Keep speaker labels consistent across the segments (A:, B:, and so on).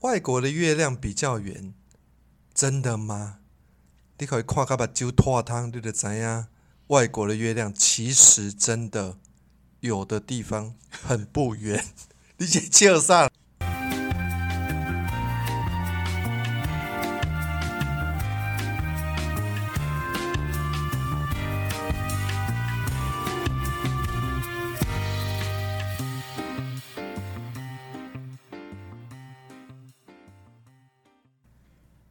A: 外国的月亮比较圆，真的吗？你可以看到把酒脱汤，你就知影外国的月亮其实真的有的地方很不圆。 你先笑啥？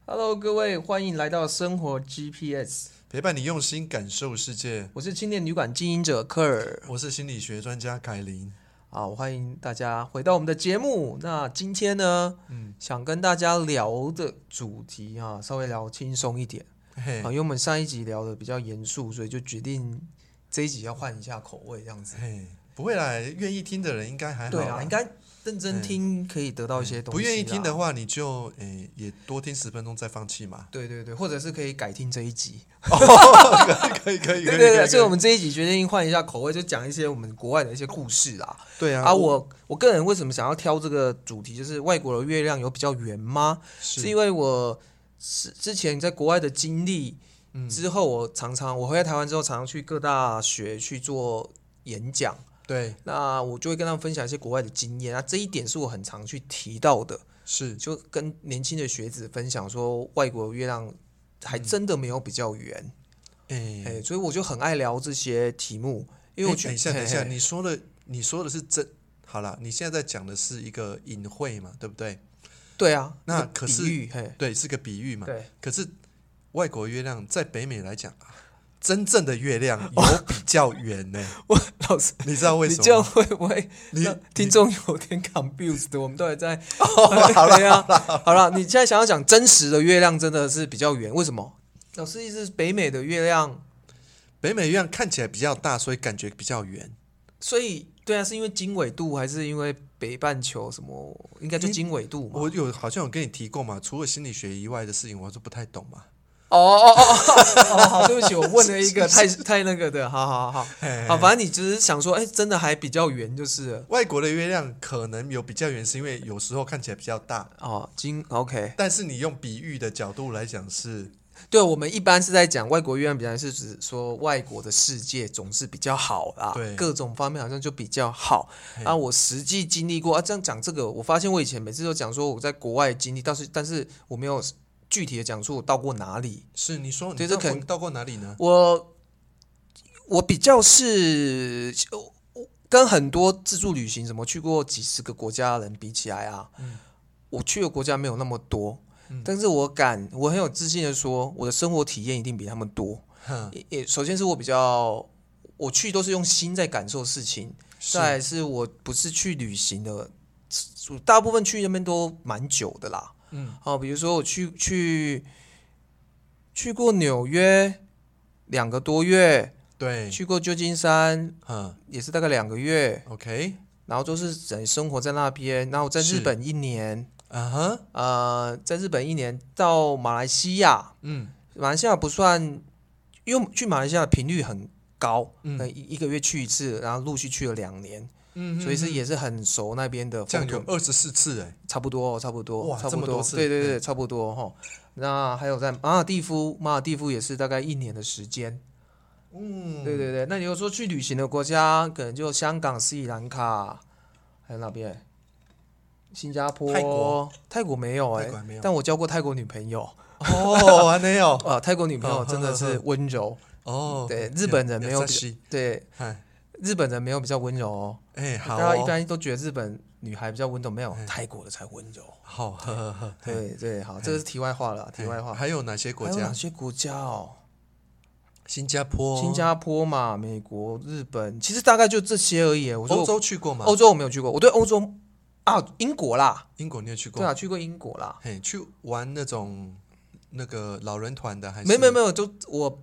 B: Hello，各位，欢迎来到生活 GPS，
A: 陪伴你用心感受世界，
B: 我是青年旅馆经营者科尔
A: 我是心理学专家凯琳。
B: 啊，我欢迎大家回到我们的节目。那今天呢，
A: 嗯，
B: 想跟大家聊的主题啊，稍微聊轻松一点
A: 嘿
B: 啊，因为我们上一集聊的比较严肃，所以就决定这一集要换一下口味，这样子。
A: 嘿，不会啦，愿意听的人应该还好
B: 对
A: 啦。嗯
B: 啊，应该认真听，可以得到一些东西。
A: 不
B: 啊
A: 愿意听的，话，你就诶、也多听十分钟再放弃嘛。
B: 对对对，或者是可以改听这 一集。
A: 可以可以
B: 对对对，所以我们这一集决定换一下口味，就讲一些我们国外的一些故事啦。
A: 对啊
B: 啊，我我个人为什么想要挑这个主题，就是外国的月亮有比较圆吗？
A: 是
B: 是因为我是之前在国外的经历
A: 嗯
B: 之后，我常常我回来台湾之后，常常去各大学去做演讲，
A: 对
B: 那我就会跟他们分享一些国外的经验。那这一点是我很常去提到的，
A: 是
B: 就跟年轻的学子分享说，外国的月亮
A: 嗯
B: 还真的没有比较圆，
A: 诶、
B: 哎、所以我就很爱聊这些题目，因为我
A: 嗯诶
B: 觉得
A: 等一下等一下，
B: 嘿嘿
A: 你说的你说的是真好了，你现在在讲的是一个隐晦嘛，对不对？
B: 对啊，
A: 那
B: 一个
A: 可
B: 比
A: 是
B: 喻嘿，
A: 对，是个比喻嘛。
B: 对。
A: 可是外国月亮在北美来讲啊，真正的月亮有比较圆呢、
B: 我老师，
A: 你知道为
B: 你
A: 什
B: 这样
A: 么吗？
B: 会不会
A: 你
B: 让听众有点 confused？我们 到底在
A: 好了
B: 对啊，好了，你现在想要讲真实的月亮真的是比较圆，为什么？老师意思是北美的月亮，
A: 北美月亮看起来比较大，所以感觉比较圆。
B: 所以对啊，是因为经纬度还是因为北半球什么？应该就经纬度嘛。
A: 我有好像有跟你提过嘛，除了心理学以外的事情，我都不太懂嘛。
B: 哦哦哦哦哦，好，对不起，我问了一 个太太那个的，好好好
A: 嘿
B: 好，好，反正你只是想说，哎，真的还比较圆，就是了
A: 外国的月亮可能有比较圆，是因为有时候看起来比较大，
B: 哦，经 OK。
A: 但是你用比喻的角度来讲是，
B: 对，我们一般是在讲外国月亮比较，是指说外国的世界总是比较好啦，
A: 对
B: 各种方面好像就比较好
A: 嘿。
B: 啊，我实际经历过啊，这样讲这个，我发现我以前每次都讲说我在国外经历，但是但是我没有具体的讲出我到过哪里。
A: 是你说你
B: 对
A: 到
B: 这可
A: 过
B: 能
A: 到过哪里呢？
B: 我我比较是我跟很多自助旅行什么去过几十个国家的人比起来啊，
A: 嗯
B: 我去的国家没有那么多，
A: 嗯
B: 但是我敢，我很有自信的说，我的生活体验一定比他们多。
A: 哼，
B: 也也首先是我比较，我去都是用心在感受事情，
A: 是
B: 再来是我不是去旅行的，我大部分去那边都蛮久的啦。
A: 嗯，
B: 好、比如说我去去去过纽约两个多月，
A: 对，
B: 去过旧金山
A: 嗯
B: 也是大概两个月，
A: ，OK，
B: 然后都是整生活在那边，然后在日
A: 是
B: 本一年，
A: 啊哈，
B: 呃，在日本一年到马来西亚，
A: 嗯
B: 马来西亚不算，因为我们去马来西亚的频率很高，
A: 嗯
B: 嗯，一一个月去一次，然后陆续去了两年，
A: 嗯，
B: 所以是
A: 嗯
B: 也是很熟那边的
A: 嗯这
B: 风
A: 样有
B: 土，
A: 二十四次哎，
B: 差不多，差不多，
A: 哇
B: 差
A: 这
B: 不
A: 么
B: 多
A: 多，次嗯
B: 对对对，差不多哈。那还有在马尔蒂夫，马尔蒂夫也是大概一年的时间，
A: 嗯，
B: 对对对。那你又说去旅行的国家，可能就香港、斯里兰卡，还有哪边？新加坡、
A: 泰国，
B: 泰国没有哎、
A: 泰国还没有
B: 但我交过泰国女朋友，
A: 哦，还没有，
B: 啊，泰国女朋友
A: 哦
B: 真的是温柔，
A: 哦，
B: 对日本人没有比
A: 吸，
B: 对，
A: 嗨，
B: 日本人没有比较温柔哦，
A: 哎，好
B: 大家一
A: 哦，哎
B: 般都觉得日本女孩比较温柔，没有泰国的才温柔。
A: 好，呵呵呵，嘿
B: 对对，好，这个是题外话 了，题外话。
A: 哎还有哪些国
B: 还有
A: 家
B: 哪？些国家哦？
A: 新加坡，
B: 新加坡嘛，美国、日本，其实大概就这些而已。我说
A: 欧
B: 我
A: 洲去过吗？
B: 欧洲我没有去过，我对欧洲啊，英国啦，
A: 英国你有去过
B: 对？啊，去过英国啦。
A: 嘿，去玩那种那个老人团的还是
B: 没没没有，就我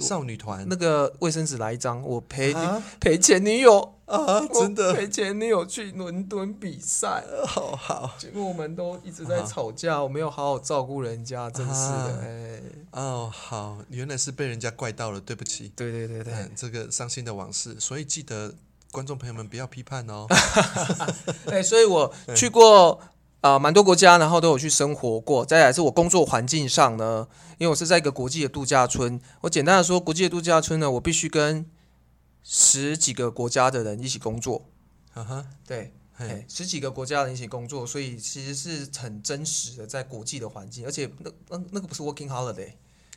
A: 少女团
B: 那个卫生纸来一张，我陪
A: 啊
B: 陪前女友，
A: 啊，真
B: 我
A: 的
B: 陪前女友去伦敦比赛，
A: 好好
B: 结果我们都一直在吵架，我没有好好照顾人家，真是的，
A: 啊
B: 哎，
A: 哦，好，原来是被人家怪到了，对不起，
B: 对对对对，
A: 嗯，这个伤心的往事，所以 记得观众朋友们不要批判哦。
B: 哎，所以我去过啊、蛮多国家，然后都有去生活过。再来是我工作环境上呢，因为我是在一个国际的度假村。我简单的说，国际的度假村呢，我必须跟十几个国家的人一起工作。
A: 哈啊哈，
B: 对，
A: 嘿，
B: 哎，十几个国家的人一起工作，所以其实是很真实的在国际的环境，而且那那那个不是 working holiday，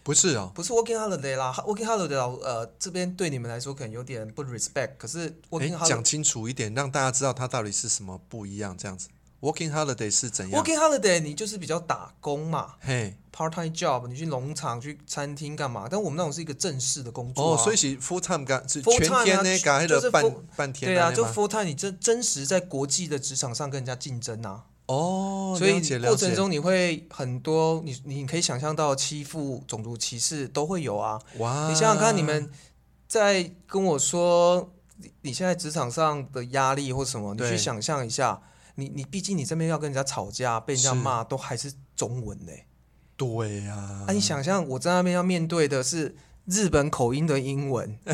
A: 不是哦，
B: 不是 working holiday 啦，working holiday 啦，呃，这边对你们来说可能有点不 respect，可是
A: 哎
B: working，holiday
A: 讲清楚一点，让大家知道它到底是什么不一样，这样子。Working holiday 是怎样？
B: working holiday 你就是比较打工嘛
A: 嘿，
B: ，part time job，你去农场、去餐厅干嘛？但我们那种是一个正式的工作、
A: 哦，
B: 啊、
A: 所以是 full time 干是
B: Full
A: 全
B: time 啊
A: 天呢，干
B: 就
A: 那
B: 是
A: 个
B: full-
A: 半半天
B: 对啊，
A: 那
B: 就
A: 样吗
B: full time 你真真实在国际的职场上跟人家竞争啊。
A: 哦，
B: 所以
A: 了解了
B: 过程
A: 解。
B: 中你会很多，你你可以想象到欺负、种族歧视都会有啊。
A: 哇，
B: 你想想看，你们在跟我说你你现在职场上的压力或什么，你去
A: 对
B: 想象一下，你你毕竟你这边要跟人家吵架、被人家
A: 是嗯
B: 骂，都还是中文呢、
A: 对呀
B: 啊，，你想象我在那边要面对的是日本口音的英文、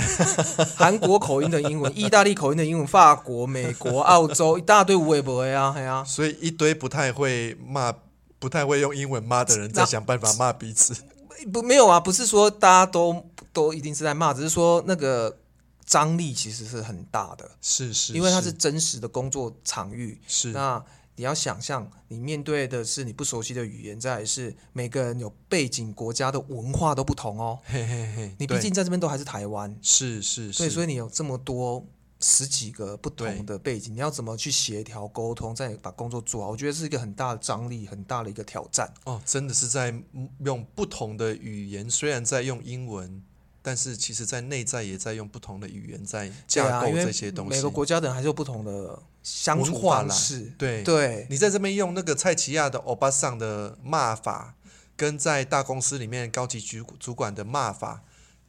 B: 韩国口音的 英文、意大利口音的英文、法国、美国、澳洲一大堆无为博呀，哎呀、
A: 所以一堆不太会骂、不太会用英文骂的人在
B: 那
A: 想办法骂彼此。
B: 不没有啊，不是说大家都都一定是在骂，只是说那个张力其实是很大的，
A: 是是，
B: 因为它是真实的工作场域。
A: 是
B: 那你要想象，你面对的是你不熟悉的语言，再来是每个人有背景、国家的文化都不同哦。
A: 嘿嘿嘿，
B: 你毕
A: 对
B: 竟在这边都还是台湾，
A: 是是是，
B: 对，所以你有这么多十几个不同的背景，你要怎么去协调沟通，再把工作做好？我觉得是一个很大的张力，很大的一个挑战。
A: 哦，真的是在嗯用不同的语言，虽然在用英文，但是其实在内在也在用不同的语言在
B: 对
A: 架
B: 啊
A: 构
B: 因为
A: 这些东西。
B: 每个国家的人还是有不同的相处
A: 文化
B: 方
A: 啦
B: 式。
A: 对
B: 对
A: 你在这边用那个蔡奇亚的欧巴桑的骂法，跟在大公司里面高级主主管的骂法，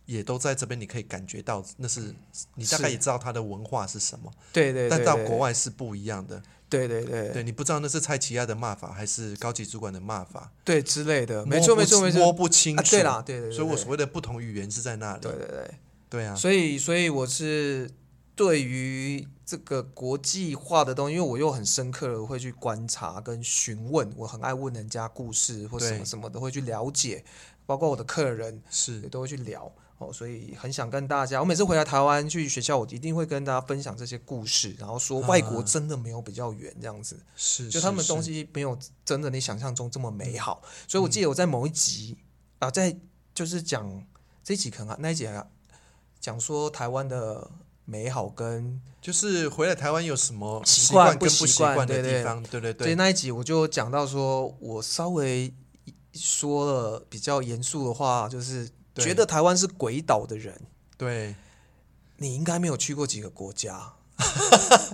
A: 也都在这边，你可以感觉到那是你大概
B: 是
A: 也知道他的文化是什么，
B: 对对，
A: 但
B: 对
A: 到
B: 对
A: 国外是不一样的。
B: 对对对
A: 对，你不知道那是蔡奇亚的骂法还是高级主管的骂法，
B: 对之类的，没
A: 摸
B: 错
A: 不
B: 没错没
A: 摸
B: 错。
A: 不清
B: 啊
A: 楚。，
B: 对啦，对对对，
A: 所以我
B: 对
A: 所谓的不同语言是在那里。
B: 对对对，
A: 对啊，
B: 所以所以我是对于这个国际化的东西，因为我又很深刻的会去观察跟询问，我很爱问人家故事或什么
A: 对
B: 什么的，会去了解，包括我的客人也
A: 是
B: 都会去聊。哦，所以很想跟大家，我每次回来台湾去学校，我一定会跟大家分享这些故事，然后说外国
A: 啊
B: 真的没有比较远这样子。
A: 是，
B: 就他们
A: 是嗯
B: 东
A: 是
B: 西没有真的你想象中这么美好。所以我记得我在某一集啊、在就是讲这一集可能那一集啊，讲说台湾的美好跟
A: 就是回来台湾有什么
B: 习
A: 习
B: 惯
A: 惯
B: 不
A: 跟
B: 习
A: 不习
B: 惯
A: 惯
B: 对
A: 的
B: 对
A: 地方？对对
B: 所以
A: 对，
B: 那一集我就讲到说我稍微说了比较严肃的话，就是
A: 对
B: 觉得台湾是鬼岛的人，
A: 对，
B: 你应该没有去过几个 国家，
A: 哎，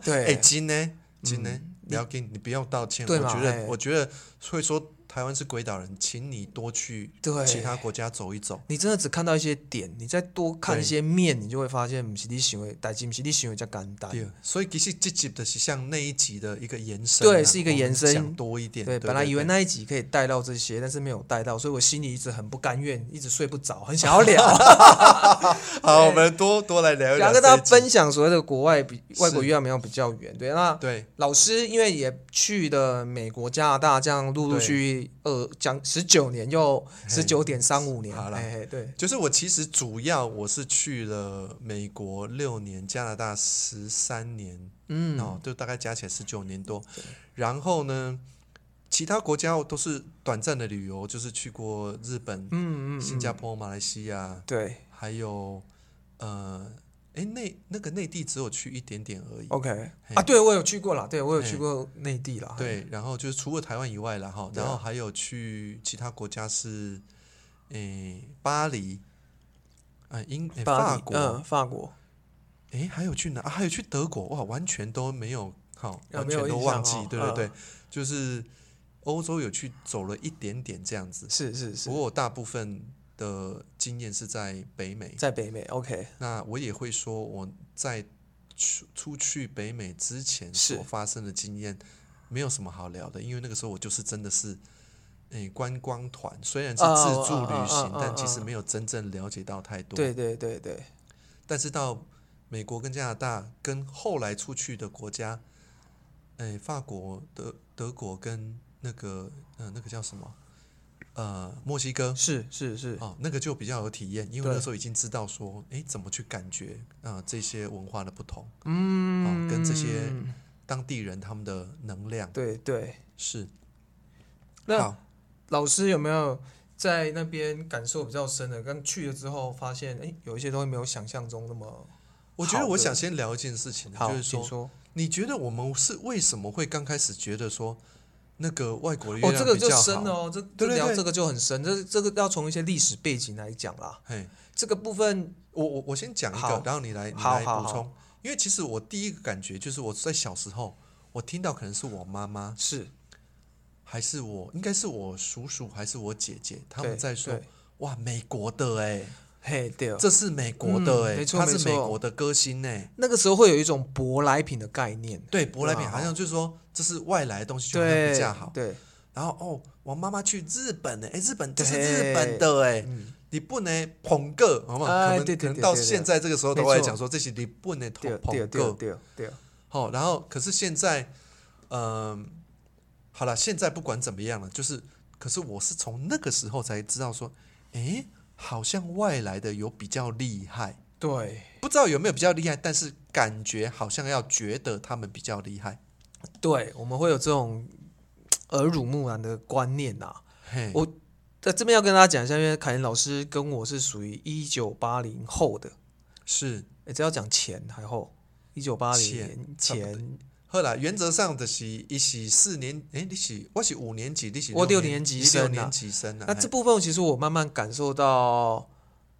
B: 对。嗯
A: 金呢？金呢？不要给你不要道歉，
B: 对
A: 我
B: 嘛
A: 觉
B: 哎
A: 得我觉得会说台湾是鬼岛人，请你多去
B: 对
A: 其他国家走一走。
B: 你真的只看到一些点，你再多看一
A: 对
B: 些面，你就会发现，不是你行为，代志不是你行为叫简单。
A: 对，所以其实这集的是像那一集的一个延伸啊，
B: 对是一个
A: 我们
B: 延伸
A: 讲多一点。
B: 对，
A: 对，
B: 本来以为那一集可以带到这些，但是没有带到，所以我心里一直很不甘愿，一直睡不着，很想 要聊，
A: 对好，我们多多来聊一
B: 想
A: 聊
B: 要跟
A: 这
B: 大家
A: 一集。
B: 分享所谓的国外比外国
A: 是
B: 月亮没有比较远。对，那
A: 对，
B: 老师因为也去的美国、加拿大，这样陆陆续续呃，讲十九年又十九点三五年，
A: 好啦
B: 哎，嘿对，
A: 就是我其实主要我是去了美国六年，加拿大十三年，
B: 嗯，
A: 哦，就大概加起来十九年多
B: 对。
A: 然后呢，其他国家我都是短暂的旅游，就是去过日本、
B: 嗯嗯，
A: 新加
B: 坡，
A: 坡、马来西亚，
B: 对
A: 还有呃，诶，内那个内地只有去一点点而已。
B: ，OK，
A: 嘿
B: 啊，对我有去过啦，对我有
A: 嘿
B: 去过内地啦，嘿，
A: 对，然后就是除了台湾以外了哈，
B: 对
A: 然
B: 啊
A: 后还有去其他国家是，诶，巴黎，呃，英诶
B: 巴
A: 法
B: 黎
A: 国，
B: 嗯，法国，
A: 诶，还有去哪？啊、还有去德国哇，完全都没有，好、
B: 啊
A: 完
B: 没有
A: 全都
B: 印
A: 忘记，
B: 象哦
A: 对对对，
B: 嗯
A: 就是欧洲有去走了一点点这样子，
B: 是是是
A: 不，过我大部分的经验是在北美，
B: 在北美，OK，
A: 那我也会说我在出出去北美之前
B: 是
A: 所发生的经验没有什么好聊的，因为那个时候我就是真的是。诶，观光团虽然是
B: 啊
A: 自助
B: 啊啊
A: 旅行，
B: 啊啊
A: 但其实
B: 啊
A: 没有真正了解到太多。
B: 对对对对。
A: 但是到美国跟加拿大跟后来出去的国家，哎，法国、德德国跟那个呃那个叫什么呃墨西哥
B: 是是是，
A: 哦，那个就比较有体验，因为
B: 对
A: 那时候已经知道说，哎，怎么去感觉啊、呃这些文化的不同，哦
B: 嗯，
A: 跟这些当地人他们的能量
B: 对对。
A: 是。
B: 那
A: 好
B: 老师有没有在那边感受比较深的？跟去了之后发现，哎，有一些东西没有想象中那么
A: 我觉得
B: 好
A: 我
B: 的
A: 想先聊一件事情，
B: 好。
A: 就是
B: 请
A: 说，
B: 说，哦
A: 你觉得我们是为什么会刚开始觉得说那个外国的月
B: 哦，这
A: 亮
B: 个
A: 比
B: 就
A: 较
B: 深了
A: 好？
B: 哦，这这
A: 对对
B: 聊
A: 对
B: 这个就很深，这这个要从一些历史背景来讲啦。
A: 嘿，
B: 这个部分，
A: 我我我先讲一
B: 好
A: 个，然后你来你
B: 好
A: 来
B: 好
A: 补
B: 好
A: 充，因为其实我第一个感觉就是我在小时候，我听到可能是我妈妈
B: 是
A: 还是我应该是我叔叔还是我姐姐他们
B: 对
A: 在说
B: 对，
A: 哇，美国的哎、
B: 嘿，对哦，
A: 这是美国
B: 嗯
A: 的哎、
B: 没错
A: 他是
B: 没
A: 美
B: 错
A: 国的歌星哎、
B: 那个时候会有一种舶来品的概念，
A: 对，舶来品
B: 哇
A: 好像就是说这是外来的东西，就好像
B: 啊对，
A: 比较好。
B: 对，
A: 然后哦，我妈妈去日本呢，哎，日本这是
B: 对
A: 日本的哎
B: 嗯，
A: 你不能捧个，好不好？
B: 哎
A: 可能
B: 对对
A: 可能
B: 对
A: 到
B: 对对
A: 现在这个时候都
B: 没
A: 在
B: 错
A: 讲说这些你不能
B: 对，
A: 捧
B: 对，
A: 捧
B: 对，
A: 个。
B: 对，对，
A: 好，然后可是现在，嗯，好了，现在不管怎么样了，就是，可是我是从那个时候才知道说，哎，好像外来的有比较厉害，
B: 对，
A: 不知道有没有比较厉害，但是感觉好像要觉得他们比较厉害。
B: 对，我们会有这种呃耳濡目染的观念呐、
A: 嘿，
B: 我在这边要跟大家讲一下，因为凯恩老师跟我是属于一九八零后的，
A: 是。
B: 诶这要讲前还后？一九八零年
A: 前差不
B: 前，
A: 后来原则上的是，一起四年，诶，你是我是五年级，你是
B: 我
A: 六
B: 六年级
A: 你
B: 生
A: 六
B: 啊
A: 年级生啊。
B: 那这
A: 嘿
B: 部分其实我慢慢感受到，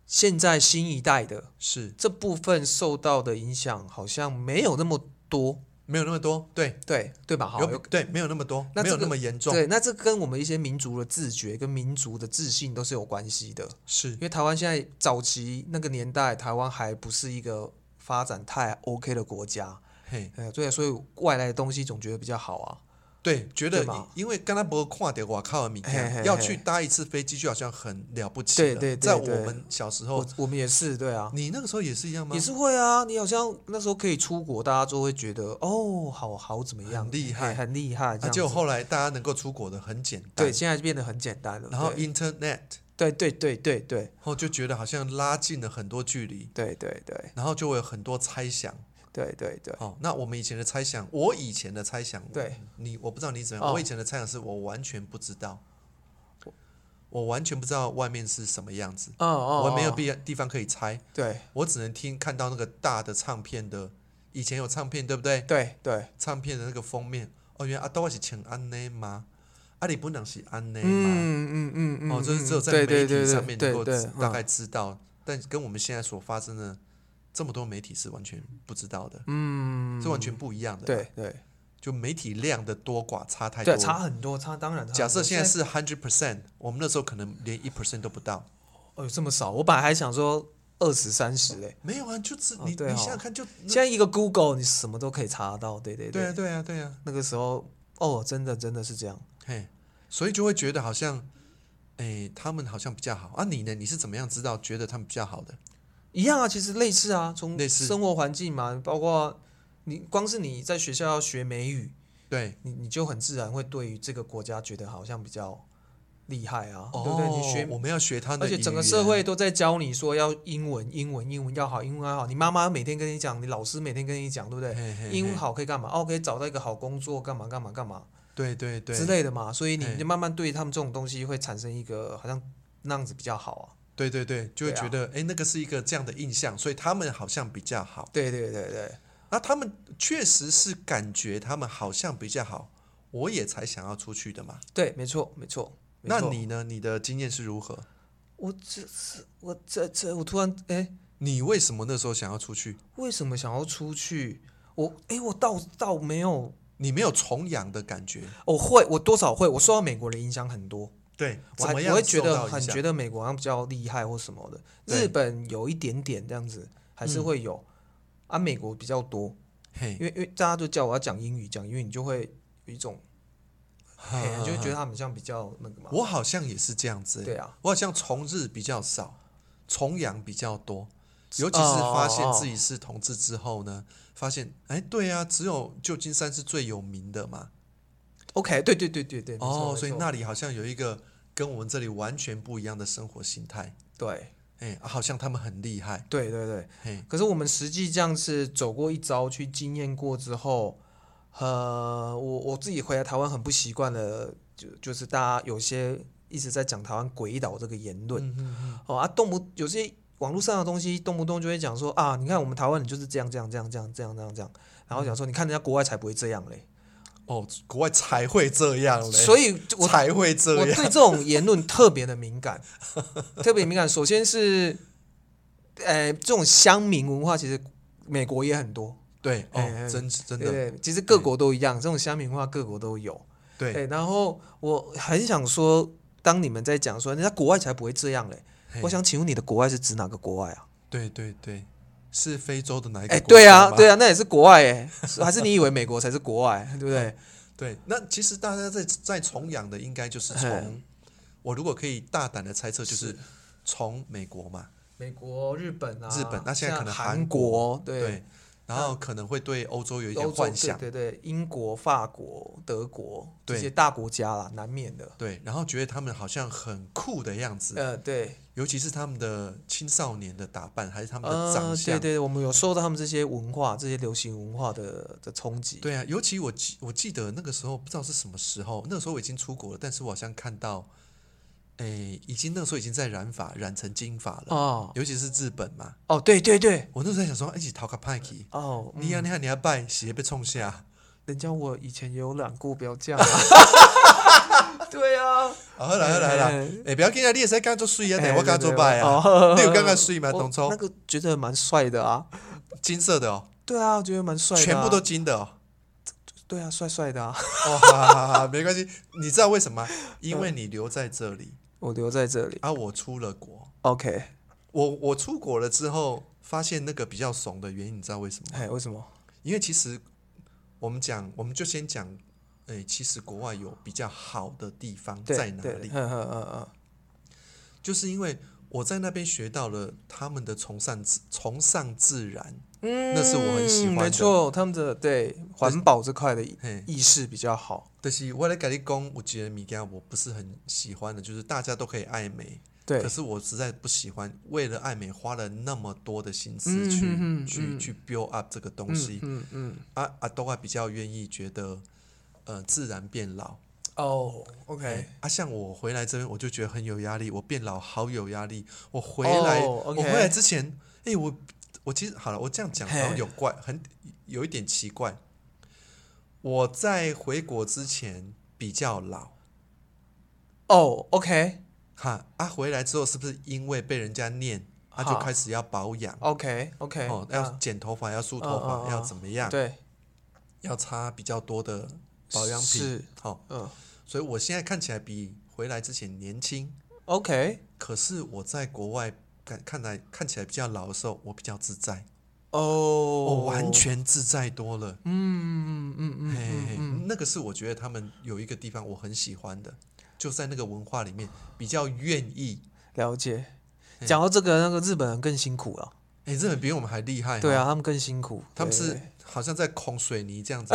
B: 现在新一代的
A: 是
B: 这部分受到的影响好像没有那么多，
A: 没有那么多，对，
B: 对对吧？好，
A: 有
B: 有
A: 对没有那么多，
B: 那
A: 没
B: 这
A: 有
B: 个
A: 那么严重，
B: 对，那这跟我们一些民族的自觉跟民族的自信都是有关系的。
A: 是
B: 因为台湾现在早期那个年代，台湾还不是一个发展太 OK 的国家，
A: 嘿，
B: 呃，对啊，所以外来的东西总觉得比较好啊。
A: 对，觉得
B: 对嘛
A: 因因为刚才不看到我靠的米
B: 嘿嘿嘿
A: 要去搭一次飞机就好像很了不起
B: 对
A: 了
B: 对对
A: 在我
B: 对
A: 们小时
B: 我
A: 候，
B: 我们也是，对啊，
A: 你那个时候也是一样吗？
B: 也是会啊。你好像那时候可以出国，大家就会觉得哦，好好怎么样，
A: 很厉害
B: 哎很厉害。
A: 啊，
B: 这样
A: 就
B: 子
A: 后来大家能够出国的很简单
B: 对，，现在就变得很简单了。
A: 然后
B: 对
A: Internet，
B: 对对对对对
A: 然后就觉得好像拉近了很多距离，
B: 对对对
A: 然后就会有很多猜想。
B: 对对对，
A: 哦，那我们以前的猜想，我以前的猜想，
B: 对
A: 你，我不知道你怎么样。
B: 哦
A: 我以前的猜想是我完全不知道，我完全不知道外面是什么样子，
B: 哦哦，
A: 我没有
B: 哦
A: 地地方可以猜，
B: 对
A: 我只能听看到那个大的唱片的，以前有唱片对不对？
B: 对对，
A: 唱片的那个封面，哦，原来啊，都是请安内吗？啊，你不能是安内吗？
B: 嗯嗯嗯嗯，
A: 哦，就是只有在
B: 对
A: 媒
B: 对对
A: 体
B: 对
A: 上面能
B: 对
A: 够
B: 对
A: 知大
B: 嗯
A: 概知道，但跟我们现在所发生的这么多媒体是完全不知道的，
B: 嗯，
A: 是完全不一样的。
B: 对对。
A: 就媒体量的多寡差太多
B: 对，
A: 了。
B: 差很多，差当然差很多。
A: 假设现在
B: 在
A: 是 hundred percent，我们那时候可能连一 percent 都不到。
B: 哦有这么少，我本来还想说二十三十嘞，
A: 没有啊，就是
B: 哦
A: 你、
B: 对
A: 你
B: 哦
A: 想想看就，
B: 现在一个 Google 你什么都可以查得到，对对
A: 对啊对啊对啊，
B: 那个时候哦，真的真的是这样。
A: 嘿，所以就会觉得好像，哎，他们好像比较好啊。你呢？你是怎么样知道觉得他们比较好的？
B: 一样啊，其实类似啊，从
A: 类似
B: 生活环境嘛，包括你光是你在学校要学美语，
A: 对，
B: 你你就很自然会对于这个国家觉得好像比较厉害啊，
A: 哦，
B: 对不对？你学
A: 我们要学他们的
B: 而
A: 语言，
B: 且整个社会都在教你说要英文，英文，英文要好，英文要好。你妈妈每天跟你讲，你老师每天跟你讲，对不对？
A: 嘿嘿嘿
B: 英文好可以干嘛？哦，可以找到一个好工作，干嘛干嘛干嘛
A: 对对对
B: 之类的嘛。所以
A: 嘿
B: 你就慢慢对他们这种东西会产生一个好像那样子比较好啊。
A: 对对对，就会
B: 对啊
A: 觉得哎、诶那个是一个这样的印象，所以他们好像比较好。
B: 对对对对
A: 那他们确实是感觉他们好像比较好，我也才想要出去的嘛。
B: 对，没错没错。没
A: 那
B: 错
A: 你呢？你的经验是如何？
B: 我这次我这这我突然哎，
A: 你为什么那时候想要出去？
B: 为什么想要出去？我哎，我倒倒没有，
A: 你没有崇洋的感觉，
B: 我会我多少会，我受到美国的影响很多。
A: 对，
B: 我
A: 怎
B: 还
A: 么样
B: 我会觉
A: 受
B: 得
A: 到
B: 很
A: 影响
B: 觉得美国好像比较厉害或什么的，
A: 对嗯
B: 日本有一点点这样子，还是会有、啊，美国比较多，因
A: 嘿，
B: 为因为大家都叫我要讲英语，讲英语你就会有一种，
A: 哈
B: 嘿，就会觉
A: 哈
B: 得
A: 哈
B: 他们像比较那个嘛，
A: 我好像也是这样子、
B: 对啊，
A: 我好像从日比较少，崇洋比较多。尤其是发现
B: 哦
A: 自己是同志之后呢，发现哎，对呀、只有旧金山是最有名的嘛。
B: OK，对对对对对。没错
A: 哦，
B: 没
A: 所以
B: 错
A: 那里好像有一个跟我们这里完全不一样的生活形态。
B: 对
A: 哎、啊好像他们很厉害。
B: 对对对。
A: 嘿，
B: 可是我们实际这样是走过一遭，去经验过之后，呃，我我自己回来台湾很不习惯的，就就是大家有些一直在讲台湾鬼岛这个言论，
A: 嗯
B: 哦啊，动不有些网络上的东西，动不动就会讲说啊，你看我们台湾人就是这样这样这样这样这样这样这样，然后讲说你看人家国外才不会这样嘞，
A: 哦，国外才会这样嘞，啊
B: 所以 我
A: 才会
B: 我
A: 这
B: 对
A: 样。
B: 这种言论特别的敏感， 特别敏感。首先是，呃，这种乡民文化其实美国也很多，
A: 对，哦，
B: 哎哎
A: 真真
B: 对
A: 的，
B: 对，其实各国都一样，这种乡民文化各国都有。
A: 对，
B: 对，然后我很想说，当你们在讲说人家国外才不会这样嘞，
A: 嘿
B: 我想请问你的国外是指哪个国外啊？
A: 对对对，是非洲的哪一个
B: 哎，
A: 国
B: 对啊，
A: 家吗
B: 对啊，那也是国外哎，是 还是你以为美国才是国外， 对不对？
A: 嗯对，那其实大家在在重养的应该就是
B: 嘿
A: 从，我如果可以大胆的猜测，就是从美国嘛，
B: 美国、日本啊
A: 日本那现在可能
B: 像
A: 韩
B: 韩国，对
A: 对，然后可能会对欧洲有一点
B: 欧洲
A: 幻想，
B: 对对对，英国、法国、德国这
A: 对
B: 些大国家啦，难免的。
A: 对，然后觉得他们好像很酷的样子，
B: 呃，对，
A: 尤其是他们的青少年的打扮，还是他们的
B: 呃
A: 长，
B: 对
A: 相，
B: 对，我们有受到他们这些文化、这些流行文化的的冲击。
A: 对啊，尤其我记我记得那个时候不知道是什么时候，那个时候我已经出国了，但是我好像看到，诶，已经那个时候已经在染发，染成金发了，
B: 哦
A: 尤其是日本嘛，
B: 哦，对对对，
A: 我那时候在想说，哎一起逃个派去。
B: 哦，
A: 你呀、
B: 嗯
A: 你看你还拜，鞋被冲下
B: 人家我以前也有染过，不 要这样啊。对啊，
A: 啊！好啦好啦好啦，哎、不要紧啊，你也是刚做水啊，
B: 哎
A: 等我刚做拜啊，
B: 哦
A: 你有刚刚水吗？董聪
B: 我那，个觉得蛮帅的啊。
A: 金色的哦，
B: 对啊，我觉得蛮帅的啊。
A: 全部都金的哦。
B: 对啊，帅帅的啊。
A: 哦，好好好好，没关系，你知道为什么吗？因为你留在这里，
B: 我留在这里。
A: 而、啊、我出了国。
B: OK，
A: 我我出国了之后，发现那个比较怂的原因，你知道为什么吗？
B: 哎，为什么？
A: 因为其实我们讲，我们就先讲，哎、其实国外有比较好的地方
B: 对
A: 在哪
B: 对
A: 里？
B: 嗯嗯嗯嗯，
A: 就是因为我在那边学到了他们的崇尚自崇尚自然，
B: 嗯，
A: 那是我很喜欢的
B: 没错，他们的对环保这块的
A: 嘿，
B: 意识比较好。
A: 但是我来跟你讲，我觉得米家我不是很喜欢的，就是大家都可以爱美，
B: 对
A: 可，是我实在不喜欢，为了爱美花了那么多的心
B: 嗯
A: 思去、
B: 嗯嗯
A: 去、
B: 嗯
A: 去 build up 这个东
B: 嗯
A: 西，
B: 嗯嗯，
A: 啊啊，都还比较愿意觉得，呃，自然变老。
B: 哦，OK，
A: 啊，像我回来这边，我就觉得很有压力，我变老好有压力。我回来
B: 哦，OK
A: 我回来之前，哎、我我其实好了，我这样讲好像
B: 嘿
A: 有怪，很有一点奇怪。我在回国之前比较老，
B: 哦，OK，OK，
A: 哈啊，回来之后是不是因为被人家念，啊就
B: 好
A: 开始要保养
B: ，OK，
A: 哦，要剪头发，要梳头
B: 嗯嗯
A: 发，
B: 嗯
A: 要怎么样，
B: 啊对，
A: 要擦比较多的保养品，
B: 是，
A: 好、
B: 嗯
A: 所以我现在看起来比回来之前年轻，
B: ，OK，
A: 可是我在国外看看来看起来比较老的时候，我比较自在，
B: 哦，
A: 我、
B: 我
A: 完，全自在多了。
B: 嗯嗯
A: 嘿
B: 嗯嗯
A: 嘿嘿
B: 嗯，
A: 那个是我觉得他们有一个地方我很喜欢的，就在那个文化里面比较愿意。
B: 了解。讲到这个，那个日本人更辛苦了，
A: 哎，日本比哎我们还厉害、
B: 对，啊，他们更辛苦，
A: 他们
B: 对
A: 是
B: 对
A: 好像在孔水泥这样 子，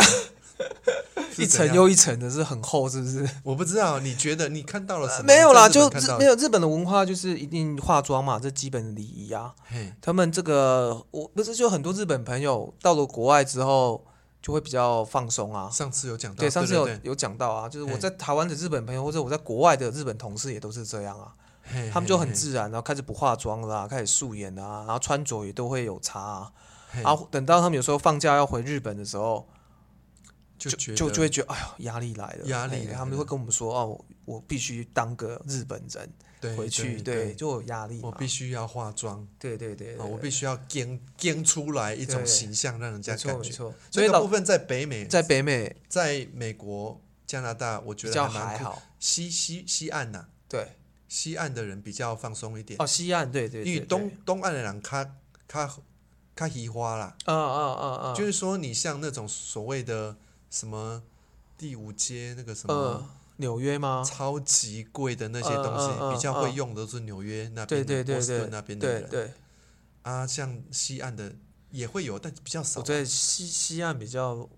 B: 一
A: 是怎
B: 层
A: 样
B: 又一层的，是很厚，是不是？
A: 我不知道，你觉得你看到了什么？
B: 没有啦，
A: 你在日
B: 就
A: 本看
B: 日
A: 到
B: 没
A: 了
B: 有日本的文化就是一定化妆嘛，这基本的礼仪啊。
A: 嘿，
B: 他们这个我不是就很多日本朋友到了国外之后就会比较放松啊。
A: 上次有讲到，
B: 对，上次有
A: 哦对对
B: 有讲到啊，就是我
A: 嘿
B: 在台湾的日本朋友或者我在国外的日本同事也都是这样啊，
A: 嘿
B: 他们就很
A: 嘿
B: 自然，然后开始不化妆啦、开始素颜啊，然后穿着也都会有差啊。
A: 嘿
B: 然后等到他们有时候放假要回日本的时候，
A: 就觉
B: 就
A: 得
B: 就会觉得哎呀压力来了，
A: 压力
B: 哎
A: 来
B: 他们
A: 了
B: 会跟我们说哦，我我必须当个日本人
A: 对
B: 回去，
A: 对对
B: 就有压力嘛。
A: 我必须要化妆
B: 对对对，
A: 啊，
B: 对
A: 我必须要颠颠出来一种
B: 对
A: 形象，让人家
B: 没错
A: 感
B: 没
A: 觉。
B: 错，所
A: 这
B: 以
A: 个
B: 老
A: 部分在北美，
B: 在北美
A: 在美国、加拿大，我觉
B: 比
A: 得
B: 较
A: 还蛮
B: 还
A: 酷。
B: 好，
A: 西西西岸呐、
B: 对，
A: 西岸的人比较放松一点，
B: 哦西岸对对，
A: 因为
B: 对
A: 东
B: 对
A: 东岸的人他他他移花啦，
B: 啊啊啊啊，
A: 就是说你像那种所谓的什么第五街那个什么
B: 呃纽约吗？
A: 超级贵的那些
B: 嗯
A: 东西，
B: 嗯嗯
A: 比较会
B: 嗯
A: 用的都是纽约那
B: 对
A: 边的、
B: 对对
A: 波士
B: 对
A: 顿那边的
B: 对
A: 人。
B: 对，
A: 啊，像西岸的也会有，但比较少
B: 我。觉得西西岸比较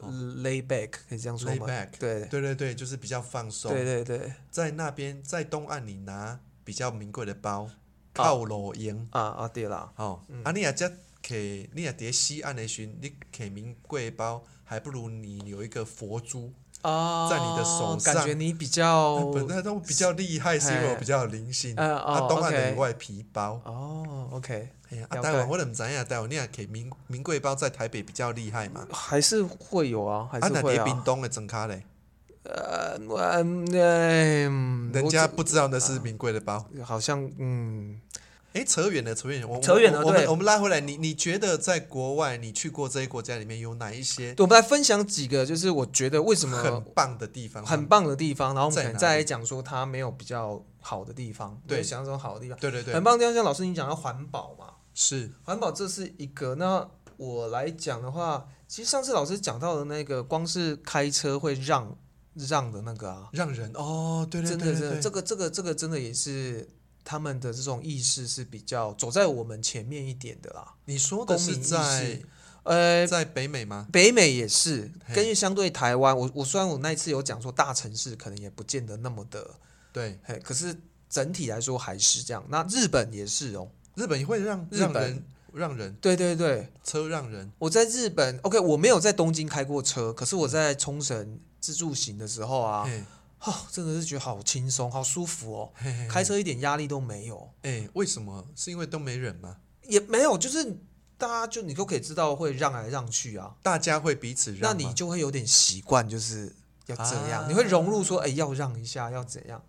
B: lay back，可以这样说
A: Lay
B: 吗
A: back
B: 对
A: 对对对，就是比较放松。
B: 对对对
A: 在那边，在东岸你拿比较名贵的包，
B: 哦
A: 靠路用。
B: 啊啊对啦，
A: 哦，啊，你啊这摕，你啊伫西岸的时候，你摕名贵的包，还不如你有一个佛珠，
B: 啊，
A: 在你的手上
B: 感觉你比较
A: 本来都比较厉害，是因为我比较有灵性。
B: 呃
A: 啊，
B: 哦
A: 东岸的
B: OK
A: 外皮包，
B: 哦，OK，
A: 哎呀，啊，
B: 了
A: 台湾
B: 解
A: 我怎么知影？台湾你也摕名名贵包在台北比较厉害嘛。
B: 还是会有啊，还
A: 啊，
B: 是
A: 那
B: 会
A: 叠
B: 啊。
A: 冰冻的整卡嘞，
B: 呃，嗯，嗯
A: 人家不知道那是名贵的包。
B: 我好像嗯，
A: 哎，扯远了，扯远了，我
B: 扯远了
A: 我我们
B: 对
A: 我们拉回来，你你觉得在国外，你去过这些国家里面有哪一些
B: 对我们来分享几个，就是我觉得为什
A: 很
B: 么
A: 棒的地方？
B: 很棒的地方，然后我们
A: 在
B: 可能
A: 哪
B: 再来
A: 里
B: 讲说它没有比较好的地方，
A: 对
B: 没有想这种好的地方，
A: 对对对
B: 很，棒的地方。像老师你讲到环保嘛，
A: 是
B: 环保这是一个。那我来讲的话，其实上次老师讲到的那个，光是开车会让让的那个啊，
A: 让人哦，对对
B: 真
A: 对
B: 的真的，
A: 对
B: 这
A: 对，
B: 个这个这个真的也是他们的这种意识是比较走在我们前面一点的啦。
A: 你说的
B: 公
A: 是
B: 民意识
A: 在
B: 呃，
A: 在北美吗？
B: 北美也是，
A: 嘿
B: 根据相对台湾，我我虽然我那一次有讲说大城市可能也不见得那么的，
A: 对，
B: 嘿，可是整体来说还是这样。那日本也是哦，
A: 日本也会让
B: 日
A: 让
B: 本
A: 人让人
B: 对对对，
A: 车让人，
B: 我在日本，OK，我没有在东京开过车，可是我在冲绳自助行的时候啊，
A: 嘿
B: 哦，真的是觉得好轻松，好舒服哦，
A: 嘿嘿，
B: 开车一点压力都没有。
A: 哎，为什么？是因为都没人吗？
B: 也没有，就是大家就你都可以知道会让来让去啊，
A: 大家会彼此
B: 那
A: 让
B: 你
A: 吗？
B: 就会有点习惯，就是要这样，
A: 啊嗯
B: 你会融入说，哎、要让一下，要怎样？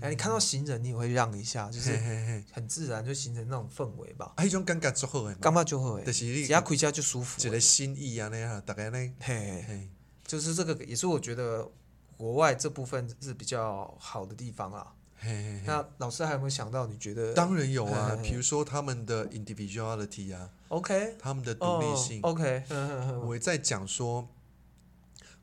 B: 哎、你看到行人，你也会让一下，就
A: 嘿
B: 是
A: 嘿嘿，
B: 很自然就形成那种氛围吧。
A: 啊，迄种感觉足好诶嘛，
B: 干嘛就会
A: 就，是你
B: 只要回家就舒服
A: 一。个心意安尼啊，大家呢，
B: 嘿，
A: 嘿，
B: 就是这个也是我觉得国外这部分是比较好的地方啦。
A: 嘿嘿
B: 那老师还有没有想到？你觉
A: 嘿，
B: 得
A: 嗯当然有啊
B: 呃嘿嘿，嘿
A: 比如说他们的 individuality 啊，
B: OK？
A: 他们的独立
B: 哦
A: 性，
B: ，OK，嗯嗯嗯
A: 我在讲说，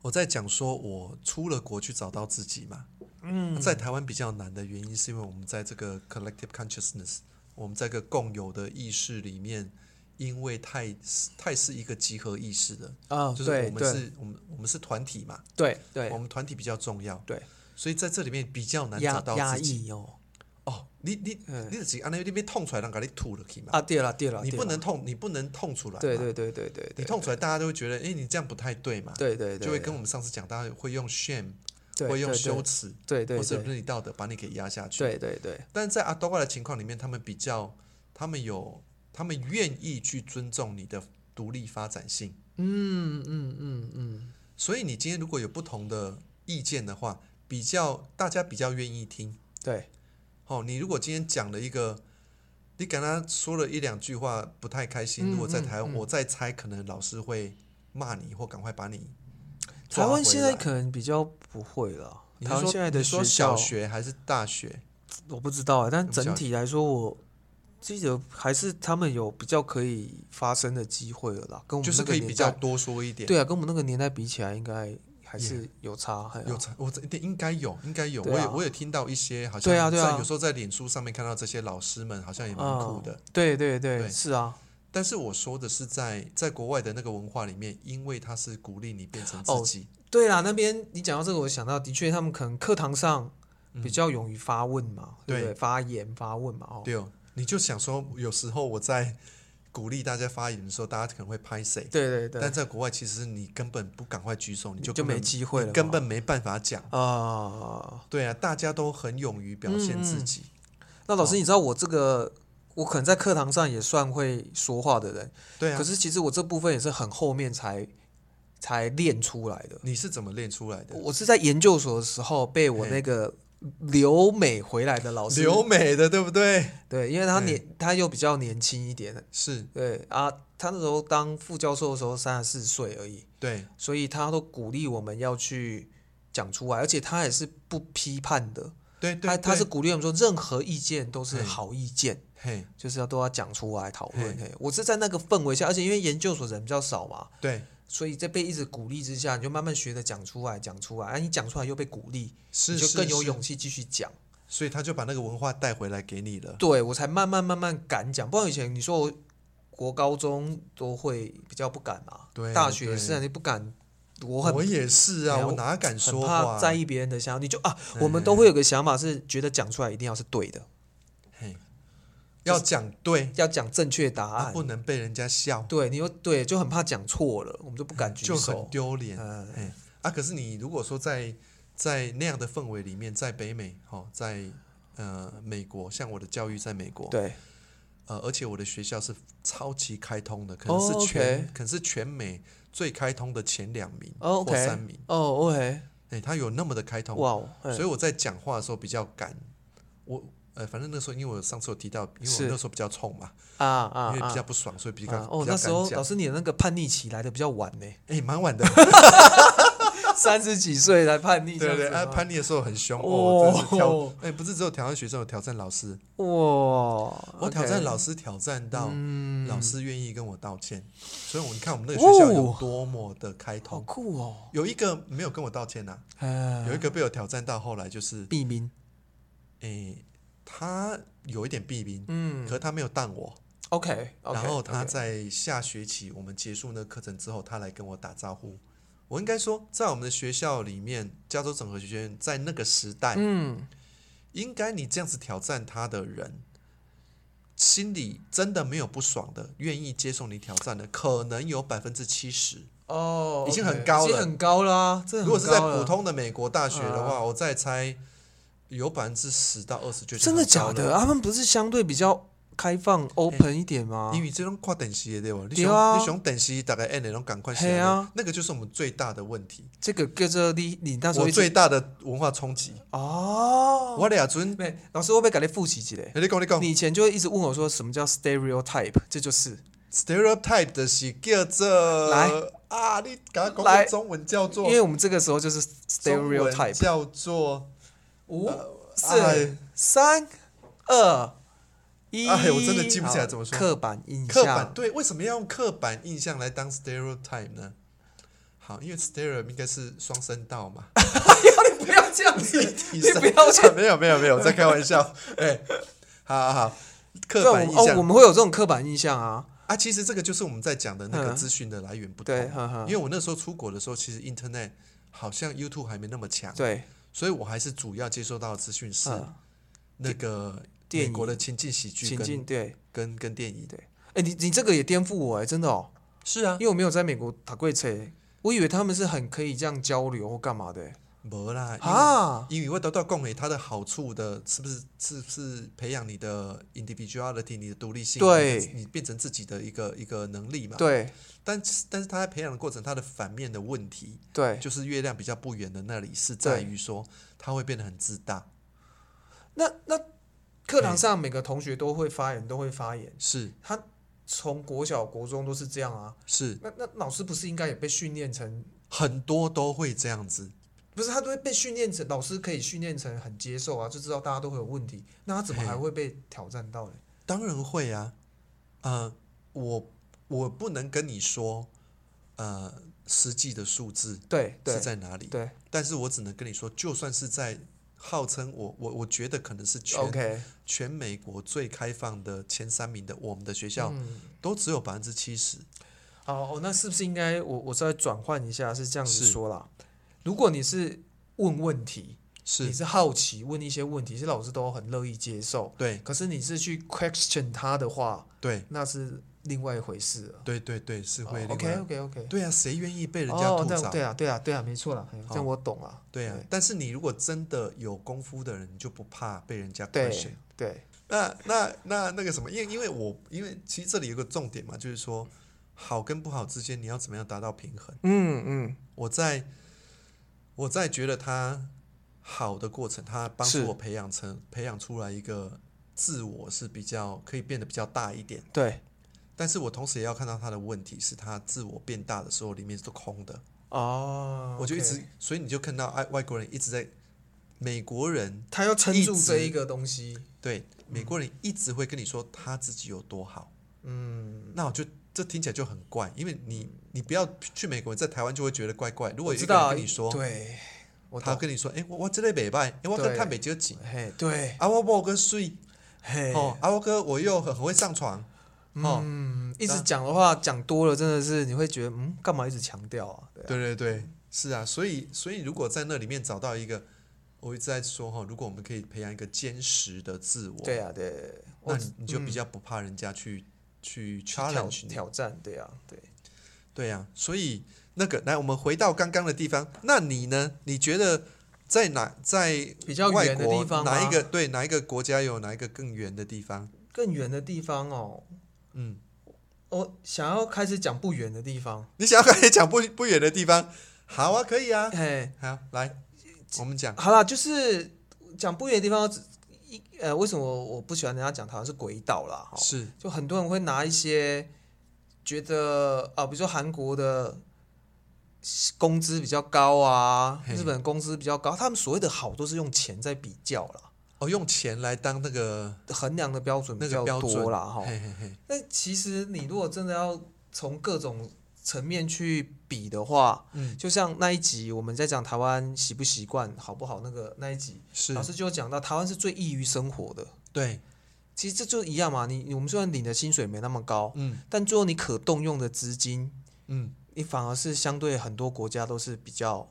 A: 我在讲说我出了国去找到自己嘛。嗯，在台湾比较难的原因，是因为我们在这个 collective consciousness，我们在这个共有的意识里面，因为太太是一个集合意识的，
B: 啊，
A: 就是
B: 对
A: 我们
B: 对
A: 是我们我们是团体嘛，
B: 对
A: 我
B: 对
A: 们团体比较重要，
B: 对，
A: 所以在这里面比较难找
B: 压
A: 到
B: 压
A: 自己。
B: 抑哦。
A: 哦，你你
B: 嗯
A: 你就是安尼，你被痛出来，让给你吐了去嘛，
B: 啊，对了对了，
A: 你
B: 对
A: 不
B: 啦
A: 能痛，你不能痛出来嘛，
B: 对对对对对，
A: 你
B: 对
A: 痛出来，大家都会觉得，哎，你这样不太对嘛，
B: 对对对，
A: 就会跟
B: 我
A: 我们上次讲，大家会用 shame，会用羞，耻，
B: 对对
A: 或是
B: 对
A: 伦理道德把你给压下去。
B: 对对对，
A: 但是在阿多瓜的情况里面，他们比较，他们有，他们愿意去尊重你的独立发展性。
B: 嗯嗯嗯嗯，
A: 所以你今天如果有不同的意见的话，比较大家比较愿意听。
B: 对
A: 哦，你如果今天讲了一个，你跟他说了一两句话不太开心，
B: 嗯
A: 如果在台湾，我在猜可能老师会骂你，或赶快把你抓
B: 台湾现在
A: 回来
B: 可能比较不会了，
A: 你
B: 台
A: 是
B: 湾
A: 说
B: 现在的
A: 你
B: 学
A: 说小
B: 校
A: 学还是大学？
B: 我不知道啊，但
A: 们
B: 整
A: 小
B: 体来说我。记得还是他们有比较可以发生的机会了啦，跟我们
A: 就是
B: 那个
A: 可以
B: 年
A: 比较
B: 代
A: 多说一点。
B: 对啊，跟我们那个年代比起来，应该还是有差。嘿啊
A: 有才，我这应该有，应该有。
B: 对
A: 我
B: 啊
A: 有我有听到一些，好像
B: 对啊对啊
A: 在有时候在脸书上面看到这些老师们，好像也蛮
B: 啊
A: 酷的。
B: 对对对，
A: 对
B: 是啊。
A: 但是我说的是在在国外的那个文化里面，因为它是鼓励你变成
B: 哦
A: 自己，
B: 对啦，那边你讲到这个，我想到的确，他们可能课堂上比较勇于发问嘛，对
A: 嗯
B: 不
A: 对
B: 对？发言发问嘛，哦，
A: 对哦，你就想说，有时候我在鼓励大家发言的时候，大家可能会拍谁，
B: 对对对，
A: 但在国外其实你根本不赶快举手，你就
B: 就
A: 根本
B: 没机会了嘛
A: 你根本没办法讲。
B: 啊、
A: 对啊，大家都很勇于表
B: 嗯
A: 现自己，
B: 那
A: 哦
B: 老师，你知道我这个，我可能在课堂上也算会说话的人，
A: 对啊
B: 可。是其实我这部分也是很后面才才练出来的。
A: 你是怎么练出来的？
B: 我是在研究所的时候被我那个留美回来的老师，
A: 留美的，对不对？
B: 对，因为他年他又比较年轻一点，
A: 是，
B: 对啊，他那时候当副教授的时候三十四岁而已。
A: 对，
B: 所以他都鼓励我们要去讲出来，而且他也是不批判的，
A: 对对，
B: 他他
A: 对
B: 是鼓励我们说任何意见都是
A: 嘿
B: 好意见，
A: 嘿，
B: 就是要都要讲出来讨论。
A: 嘿
B: 嘿我是在那个氛围下，而且因为研究所人比较少嘛，
A: 对，
B: 所以在被一直鼓励之下，你就慢慢学着讲出来，讲出来，啊，你讲出来又被鼓励，
A: 是
B: 你就是更有
A: 是
B: 勇气继续讲。
A: 所以他就把那个文化带回来给你了。
B: 对我才慢慢慢慢敢讲，不然以前你说我国高中都会比较不敢嘛，
A: 对
B: 大学
A: 对
B: 是啊，你不敢，我很
A: 我也是
B: 哎
A: 啊，
B: 呀
A: 我哪敢
B: 很
A: 说
B: 怕
A: 话？啊
B: 在意别人的想法，你就啊，我们都会有个想法是觉得讲出来一定要是对的，
A: 嘿要讲对，
B: 要讲正确答
A: 啊
B: 案，
A: 不能被人家笑，
B: 对，你又对，就很怕讲错了，我们就不敢举
A: 就很
B: 手。
A: 丢脸。
B: 嗯，
A: 哎啊，可是你如果说在在那样的氛围里面，在北美，哦，在呃美国，像我的教育在美国，
B: 对，
A: 呃，而且我的学校是超级开通的，可能
B: 哦
A: 是全、可能是全美最开通的前两名、
B: 哦
A: 或三
B: ，OK，
A: 名，
B: 哦，OK，
A: 哎、它有那么的开通，
B: 哇哦，嗯
A: 所以我在讲话的时候比较敢，我呃，反正那时候因为我上次有提到，因为我
B: 是
A: 那时候比较冲嘛，
B: 啊啊
A: 因为比
B: 啊
A: 较不爽，所以比较、
B: 啊！哦，
A: 比较
B: 那时候
A: 敢
B: 老
A: 讲，
B: 师你的那个叛逆期来的比较晚呢，
A: 哎、蛮晚的，
B: 三十几岁才叛逆，
A: 对对对，啊，
B: 叛
A: 叛逆的时候很凶哦，
B: 哦
A: 真的是挑， 哎、不是只有挑战学生，有挑战老师，
B: 哇，
A: 我挑战老
B: 师，
A: 师，挑战到
B: 嗯，
A: 老师愿意跟我道歉，所以我们看我们那个学校有
B: 哦
A: 多么的开
B: 好
A: 通。
B: 酷嗯哦，
A: 有一个没有跟我道歉呐、
B: 哎
A: 有一个被我挑战到后来就是，
B: 避名，
A: 诶、他有一点弊病，
B: 嗯
A: 可他没有当我。
B: ，OK，
A: 然后他在下学期我们结束那个课程之后，他来跟我打招呼。我应该说，在我们的学校里面，加州整合学院在那个时代，
B: 嗯，
A: 应该你这样子挑战他的人，心里真的没有不爽的，愿意接受你挑战的，可能有百分之七十。
B: 哦，
A: 嗯已经很
B: OK，
A: 高
B: 已经
A: 了
B: 很啊高啦，这
A: 如果是在普，通的美国大学的话，我再猜有百分之十到二十就已经
B: 真的
A: 很高
B: 假
A: 了
B: 的？？他们不是相对比较开放、open 一点吗
A: 因？为这种跨等级的对吧？你
B: 啊对
A: 想、
B: 啊
A: 你想等级大概 N 那种赶快
B: 嘿
A: 写
B: 啊
A: 那个就是我们最大的问题，
B: 这个跟着你，你那时候
A: 我
B: 一直
A: 最大的文化冲击。
B: 哦，
A: 我俩准，
B: 没老师会不会改天复习几嘞？
A: 欸你讲你讲
B: 你以前就会一直问我说什么叫 stereotype，这就是
A: ，stereotype 的是叫做
B: 来
A: 啊，你赶快讲
B: 来
A: 个中文叫做
B: 因为我们这个时候就是
A: 中文
B: stereotype。
A: 叫做
B: 五、
A: 哎
B: 四、三、二、一。
A: 哎我真的记不起来
B: 好
A: 怎么说
B: 刻板印
A: 刻板。
B: 象。
A: 对，为什么要用刻板印象来当 stereotype 呢？好，因为 stereo 应该是双声道 嘛。
B: 你不要这样子，
A: 你
B: 你
A: 是
B: 不要这 样。
A: 没有没有没有，我在开玩笑。 哎，好好好，
B: 对，
A: 刻
B: 我
A: 板
B: 们
A: 印
B: 哦，我
A: 象
B: 们会有这种刻板印象啊。
A: 啊，其实这个就是我们在讲的那个
B: 嗯
A: 资讯的来源不同。
B: 对，嗯呵呵
A: 哦因为我那时候出国的时候，其实 Internet 好像 YouTube 还没那么强，
B: 对，
A: 所以我还是主要接收到的资讯是
B: 嗯
A: 那个
B: 电
A: 美
B: 影
A: 国的情境喜剧
B: 情
A: 跟
B: 境对。
A: 跟跟电影。
B: 哎，你你这个也颠覆我哎，真的哦，
A: 是啊
B: 因，为我没有在美国打过车，我以为他们是很可以这样交流或干嘛的哎
A: 没啦，因为
B: 啊。
A: 英语会得到共鸣，它的好处的是不是是不是培养你的 individuality，你的独立性，
B: 对
A: 你你变成自己的一个一个能力嘛？。
B: 对
A: 但但是它在培养的过程，它的反面的问题
B: 对，
A: 就是月亮比较不圆的那里是在于说，它会变得很自大。
B: 那那课堂上每个同学都会发言，都会发言。
A: 是
B: 他从国小、国中都是这样啊。
A: 是，
B: 那那老师不是应该也被训练成？
A: 很多都会这样子。
B: 不是他都会被训练成，老师可以训练成很接受啊，就知道大家都会有问题，那他怎么
A: 嘿
B: 还会被挑战到呢？
A: 当然会啊，呃，我我不能跟你说，呃，实际的数字
B: 对
A: 是
B: 对
A: 在哪里，
B: 对
A: 但是我只能跟你说，就算是在号称我我我觉得可能是全
B: ，OK，
A: 全美国最开放的前三名的我们的学校，
B: 嗯，
A: 都只有百分之七十。
B: 好，哦那是不是应该我我稍微转换一下，是这样子
A: 是
B: 说啦？如果你是问问题，你
A: 是，
B: 是好奇问一些问题，其实老师都很乐意接受。
A: 对
B: 可是你是去 question 他的话，
A: 对
B: 那是另外一回事了。
A: 对对对，是会、另
B: 哦 OK
A: 外。
B: OK OK，
A: 对啊，谁愿意被人家
B: 哦
A: 吐，
B: 这
A: 槽？
B: 样对啊，对啊，对啊，没错啦，哎这样我懂了。
A: 对啊，但是你如果真的有功夫的人，你就不怕被人家
B: 对
A: question。
B: 对
A: 那那那那个什么，因为因为我因为其实这里有个重点嘛，就是说好跟不好之间，你要怎么样达到平衡？
B: 嗯嗯，
A: 我在我在觉得他好的过程，他帮
B: 是
A: 助我培养成培养出来一个自我是比较可以变得比较大一点，
B: 对
A: 但是我同时也要看到他的问题是他自我变大的时候里面是空的，
B: 哦，
A: 我就一
B: OK
A: 直所以你就看到哎外外国人一直在美国人
B: 他要撑
A: 一
B: 住
A: 直
B: 这一个东西，
A: 对美国人一直会跟你说他自己有多好。
B: 嗯，
A: 那我就这听起来就很怪，因为你你不要去美国，在台湾就会觉得怪怪。如
B: 我
A: 果有
B: 知
A: 一个人
B: 道啊
A: 跟你说，
B: 对，我
A: 他
B: 懂。
A: 跟你说，哎、我我这类袂歹，哎、我跟
B: 对
A: 探袂少钱，
B: 嘿，对，
A: 啊，我某个水，
B: 嘿，
A: 哦，啊，我哥我又很很会上床，哦，
B: 嗯，一直讲的话讲多了，真的是你会觉得，嗯，干嘛一直强调啊？对啊
A: 对对对，是啊，所以所以如果在那里面找到一个，我一直在说哈、如果我们可以培养一个坚实的自我，
B: 对啊，对，
A: 那
B: 我
A: 你你就比
B: 嗯
A: 较不怕人家去、去
B: 挑
A: challenge 你，
B: 挑战，对啊，对。
A: 对呀、所以那个来，我们回到刚刚的地方，那你呢？你觉得在哪在
B: 比较
A: 外
B: 远的
A: 国
B: 地方啊
A: 哪一
B: 吗
A: 个对哪一个国家有哪一个更远的地方？
B: 更远的地方哦，
A: 嗯，
B: 我想要开始讲不远的地方，
A: 你想要跟你讲不不远的地方？好啊，可以啊，
B: 嘿，
A: 好，来，我们讲，
B: 好啦，就是讲不远的地方，一呃，为什么我不喜欢人家讲台湾是鬼岛啦？哈，
A: 是
B: 就很多人会拿一些觉得啊、比如说韩国的工资比较高啊，
A: 嘿
B: 日本工资比较高，他们所谓的好都是用钱在比较啦，
A: 哦，用钱来当那个
B: 衡量的标准
A: 那
B: 比
A: 个
B: 较
A: 标准
B: 多啦，哈。
A: 嘿嘿嘿，
B: 但其实你如果真的要从各种层面去比的话，
A: 嗯，
B: 就像那一集我们在讲台湾习不习惯、好不好那个那一集，
A: 是
B: 老，师就有讲到台湾是最易于生活的。
A: 对，
B: 其实这就一样嘛，你你我们虽然领的薪水没那么高，
A: 嗯
B: 但最后你可动用的资金，
A: 嗯，
B: 你反而是相对很多国家都是比较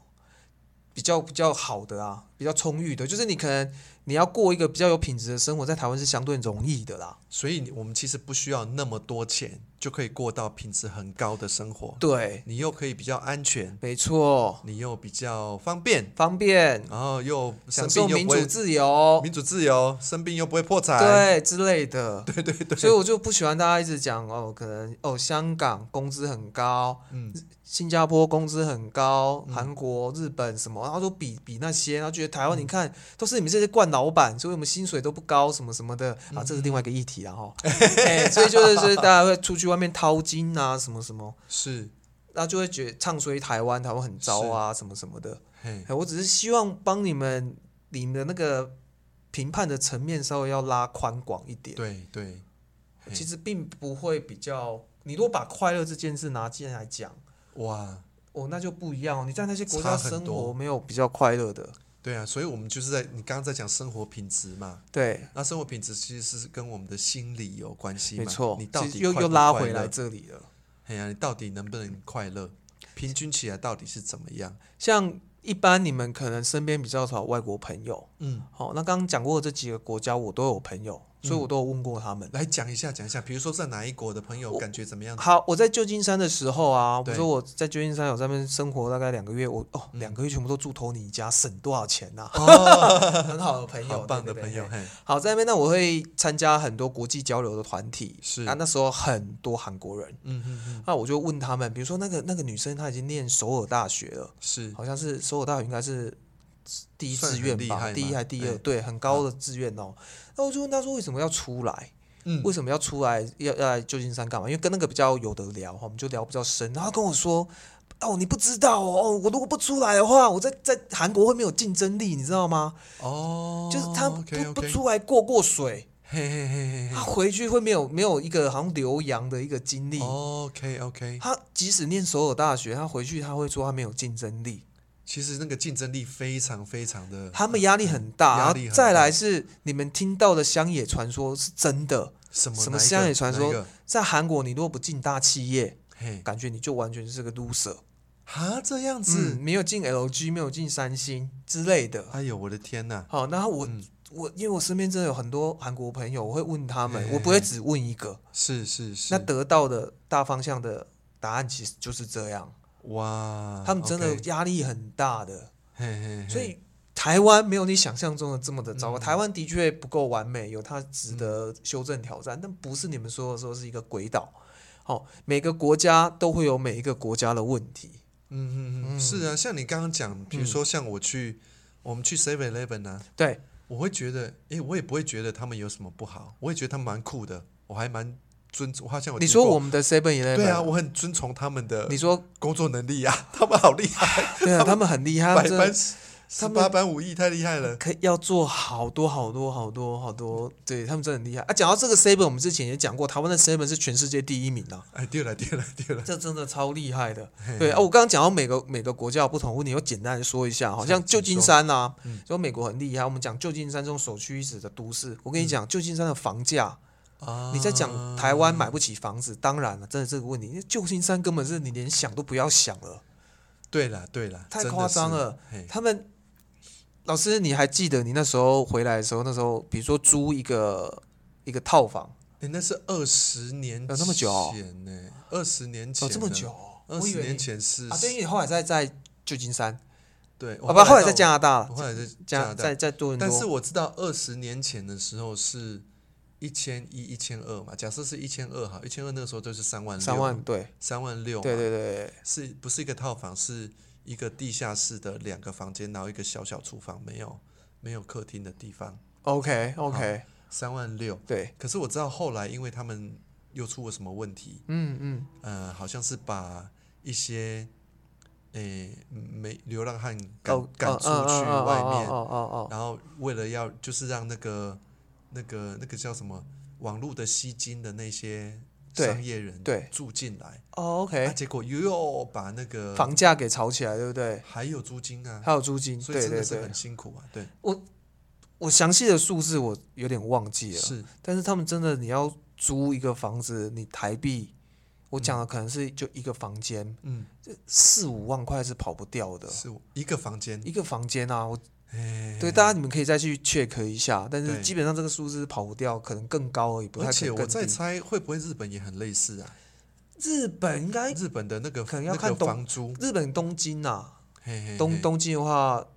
B: 比较比较好的啊，比较充裕的。就是你可能你要过一个比较有品质的生活，在台湾是相对容易的啦。
A: 所以我们其实不需要那么多钱就可以过到品质很高的生活，
B: 对，
A: 你又可以比较安全，
B: 没错，
A: 你又比较方便。
B: 方便，
A: 然后又生
B: 享
A: 病
B: 受
A: 又
B: 民
A: 不
B: 主
A: 会
B: 自由，
A: 民主自由，生病又不会破产。
B: 对之类的。
A: 对对对
B: 所以我就不喜欢大家一直讲哦，可能哦，香港工资很高，
A: 嗯，
B: 新加坡工资很高，韩国、日本什么，然后都比比那些，然后觉得台
A: 嗯
B: 湾你看、都是你们这些惯老板，所以我们薪水都不高，什么什么的啊，这是另外一个议题然 后，哎所以就是就是大家会出去外面掏金啊，什么什么，
A: 是，
B: 然后就会觉得唱衰台湾，台湾很糟啊，什么什么的。
A: 嘿，
B: 哎，我只是希望帮你们你们的那个评判的层面稍微要拉宽广一点。
A: 对对，嘿
B: 其实并不会比较。你如果把快乐这件事拿进来讲，
A: 哇，
B: 哦，那就不一样哦。你在那些国
A: 差
B: 家
A: 很
B: 生
A: 多
B: 活没有比较快乐的，
A: 对啊，所以我们就是在你刚刚在讲生活品质嘛，
B: 对，
A: 那生活品质其实是跟我们的心理有关系嘛。
B: 没错
A: 你到，
B: 其
A: 底
B: 实又
A: 快
B: 又
A: 不
B: 拉
A: 快
B: 回
A: 乐
B: 来，这里了。
A: 哎呀，你到底能不能快乐？平均起来到底是怎么样？
B: 像一般你们可能身边比较少外国朋友，
A: 嗯，
B: 好、那刚刚讲过的这几个国家我都有朋友，所以我都有问过他们。
A: 来讲一下，讲一下，比如说在哪一国的朋友感觉怎么样？
B: 好，我在旧金山的时候啊，
A: 对
B: 我说我在旧金山有在那边生活大概两个月，我哦两个月全部都住托尼家，省多少钱呐、哦 很好的朋友，
A: 好棒
B: 对
A: 的
B: 对
A: 朋
B: 对
A: 友，嘿，
B: 好，在那边呢，我会参加很多国际交流的团体，
A: 是
B: 啊，那时候很多韩国人，
A: 嗯嗯嗯，
B: 那我就问他们，比如说那个那个女生她已经念首尔大学了，
A: 是，
B: 好像是首尔大学应该是第一
A: 算
B: 志
A: 很
B: 愿
A: 厉害
B: 吧，第一
A: 嘛
B: 还是第
A: 哎
B: 二，对，很高的志愿哦。那我就问她说为什么要出来？
A: 嗯
B: 为什么要出来要要来旧金山干嘛？因为跟那个比较有得聊，我们就聊比较深。然后她跟我说，哦，你不知道哦，哦我如果不出来的话，我在在韩国会没有竞争力，你知道吗？
A: 哦，
B: 就是她不
A: OK
B: 不
A: OK，
B: 出来过过水。
A: 嘿嘿嘿嘿嘿
B: 他回去会没有没有一个好像留洋的一个经历。
A: 哦 OK OK，
B: 他即使念首尔大学，他回去他会说他没有竞争力，
A: 嗯其实那个竞争力非常非常的，
B: 他们压力很大。
A: 压力很大
B: 然后再来是你们听到的乡野传说是真的，
A: 什么
B: 什
A: 哪
B: 么
A: 一个
B: 乡野传
A: 哪一
B: 说
A: 个，
B: 在韩国你如果不进大企业，
A: 嘿，
B: 感觉你就完全是个 loser，
A: 啊这样
B: 嗯，
A: 子，
B: 没有进 LG，没有进三星之类的。
A: 哎呦我的天呐，
B: 好，然后我、
A: 嗯
B: 我因为我身边真的有很多韩国朋友，我会问他们，我不会只问一个，
A: 是是是，
B: 那得到的大方向的答案其实就是这样。
A: 哇，
B: 他们真的
A: 啊 OK，嗯
B: 压力很大的，
A: 嘿嘿嘿，
B: 所以台湾没有你想象中的这么的
A: 嗯
B: 糟糕。台湾的确不够完美，有它值得修正挑战，但不是你们说的说是一个鬼岛。好、每个国家都会有每一个国家的问题。
A: 嗯嗯嗯，是啊，像你刚刚讲，
B: 嗯
A: 比如说像我去，我们去 Seven Eleven 啊，
B: 对，
A: 我会觉得，哎，我也不会觉得他们有什么不好，我也觉得他们蛮酷的，我还蛮尊重，好像我
B: 你
A: 听
B: 说
A: 过
B: 我。们的 Seven Eleven，
A: 对啊，我很遵从他们的
B: 你说
A: 工作能力啊，他们好厉害，
B: 对啊，他们很厉害，他
A: 百
B: 们真
A: 分
B: 的
A: 之十
B: 他们
A: 八般武艺太厉害了。
B: 可以要做好多好多好多好多，对他们真的很厉害啊！讲到这个 seven，我们之前也讲过，台湾的 seven 是全世界第一名啊，
A: 哎，对了对了对 了，
B: 这真的超厉害的。
A: 嘿
B: 对啊，，我刚刚讲到每个每个国家有不同问题，我简单地说一下，好像旧金山啊
A: 请说，
B: 说美国很厉害，我们讲旧金山这种首屈一指的都市，我跟你
A: 嗯
B: 讲，旧金山的房价，
A: 啊
B: 你在讲台湾买不起房子，当然了，真的这个问题，因为旧金山根本是你连想都不要想了，
A: 对了对了，
B: 太
A: 真的
B: 夸张
A: 是
B: 了。
A: 嘿
B: 他们老师，你还记得你那时候回来的时候，那时候比如说租一个一个套房，
A: 哎，那是二十年
B: 有那么久哦
A: 前呢，二十年前
B: 哦，这么
A: 了
B: 久、哦，
A: 二
B: 我以
A: 十
B: 为
A: 年
B: 你
A: 前是
B: 啊，对，因为你后来在在旧金山，
A: 对，
B: 啊不，后来在
A: 到
B: 加拿大
A: 我，后来在加
B: 加
A: 拿大，
B: 在在多伦多，
A: 但是我知道二十年前的时候是一千一、一千二嘛，假设是一千二哈，一千二那个时候就是三万六，
B: 三万对。
A: 三万六，
B: 对，对对，
A: 是不是一个套房？是一个地下室的两个房间，然后一个小小厨房，没有没有客厅的地方，
B: ，OK OK，
A: 三万六。
B: 对，
A: 可是我知道后来，因为他们又出了什么问题，
B: 嗯嗯，
A: 呃，好像是把一些诶嗯没流浪汉赶、
B: 哦
A: 赶
B: 哦
A: 出去
B: 哦哦
A: 外面，
B: 哦哦哦哦，
A: 然后为了要就是让那个那个那个叫什么网络的吸金的那些
B: 对
A: 商业人
B: 对
A: 住进来，
B: 哦
A: 啊，
B: OK，
A: 结果又把那个
B: 房价给炒起来，对不对？
A: 还有租金啊，
B: 还有租金，
A: 所以
B: 对
A: 真
B: 对
A: 的是
B: 对
A: 很，辛苦啊，对，
B: 我详细的数字我有点忘记了，
A: 是
B: 但是他们真的你要租一个房子，你台币，我讲的可能是就一个房间，
A: 嗯，
B: 四五万块是跑不掉的，
A: 是我一个房间，
B: 一个房间啊，我
A: 哎，
B: 对大家你们可以再去 check 一下，但是
A: 对
B: 基本上这个数字是跑不掉，可能更高而已，不太
A: 而
B: 可
A: 且
B: 能
A: 我
B: 更
A: 在
B: 低。
A: 猜会不会日本也很类似啊，
B: 日本应该
A: 日本的那个
B: 可能要
A: 那
B: 看
A: 个
B: 东
A: 房租，
B: 日本东京呐、啊，
A: 嘿嘿
B: 东
A: 嘿
B: 东京的话，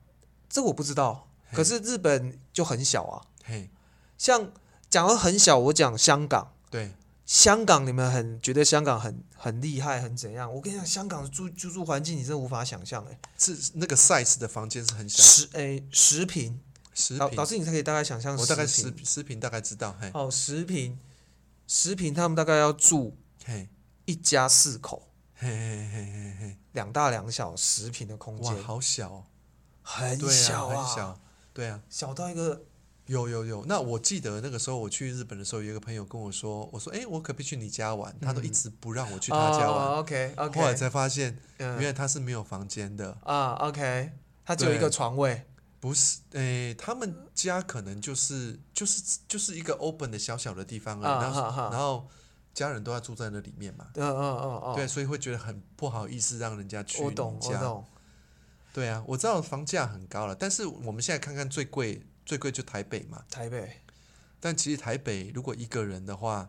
B: 这我不知道。
A: 嘿
B: 可是日本就很小啊，
A: 嘿，
B: 像讲到很小，我讲香港，
A: 对，
B: 香港你们很觉得香港很很厉害，很怎样？我跟你讲，香港的住居住环境你真的无法想象哎、
A: 是那个 size 的房间是很小，
B: 十哎十平，
A: 十
B: 老
A: 平
B: 老，师你才可以大概想象，
A: 我大概
B: 十
A: 十
B: 平
A: 十平大概知道，嘿
B: 哦十平，十平他们大概要住
A: 嘿
B: 一家四口，
A: 嘿嘿嘿嘿嘿。
B: 两大两小十平的空
A: 哇
B: 间，，
A: 好小、哦，
B: 很
A: 对
B: 小
A: 啊，很小，对啊，
B: 小到一个
A: 有有有。那我记得那个时候我去日本的时候，有一个朋友跟我说，我说，哎，我可不可以去你家玩？他都一直不让我去他家玩，
B: OK 嗯哦 OK，
A: 后来才发现，
B: 嗯
A: 原来他是没有房间的，
B: 啊，OK，它只有一个
A: 对
B: 床位，
A: 不是，哎，他们家可能就是就是就是一个 open 的小小的地方
B: 啊
A: 而已，然后
B: 哈哈
A: 然后家人都要住在那里面嘛，
B: 嗯嗯嗯嗯，
A: 对，所以会觉得很不好意思让人家去
B: 我
A: 你
B: 懂我
A: 家
B: 懂，
A: 对啊，我知道房价很高了，但是我们现在看看最贵，最贵就台北嘛。
B: 台北
A: 但其实台北如果一个人的话，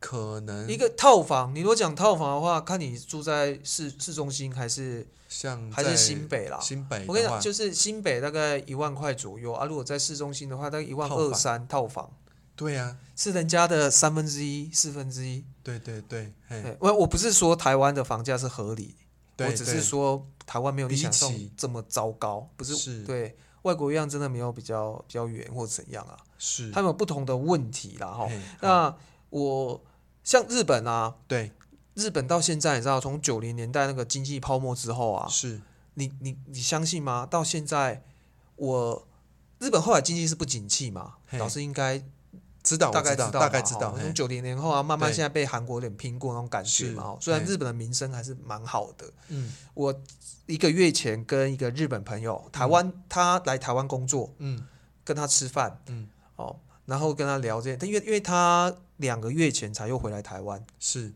A: 可能
B: 一个套房，你如果讲套房的话，看你住在市市中心还是
A: 像
B: 还是
A: 嗯在
B: 新北啦。
A: 新北的话，
B: 我跟你讲，就是新北大概一万块左右啊，如果在市中心的话，大概一万
A: 套
B: 二
A: 房
B: 三套房，
A: 对啊，
B: 是人家的三分之一、四分之一。
A: 对对对，嘿，
B: 对我我不是说台湾的房价是合理，
A: 对
B: 我只是
A: 对
B: 说台湾没有你
A: 比
B: 想象
A: 起
B: 这么糟糕，不是
A: 是
B: 对外国一样真的没有比较比较远或怎样啊。
A: 是
B: 他们有不同的问题啦哈。
A: 嘿好
B: 那我像日本啊，
A: 对
B: 日本到现在你知道，从九零年代那个经济泡沫之后啊，
A: 是
B: 你你你相信吗？到现在我日本后来经济是不景气嘛，
A: 嘿
B: 老师应该
A: 知道，
B: 大
A: 我
B: 概
A: 知道，
B: 道嘛，
A: 大概知
B: 哈
A: 道，
B: 从
A: 嘿
B: 九零年后啊，慢慢
A: 对
B: 现在被韩国有点拼过那种感觉嘛。
A: 是
B: 哈虽然
A: 嘿
B: 日本的民生还是蛮好的，
A: 嗯
B: 我一个月前跟一个日本朋友，台湾、他来台湾工作，
A: 嗯
B: 跟他吃饭，
A: 嗯，
B: 哦，然后跟他聊这些，但因为因为他两个月前才又回来台湾，
A: 是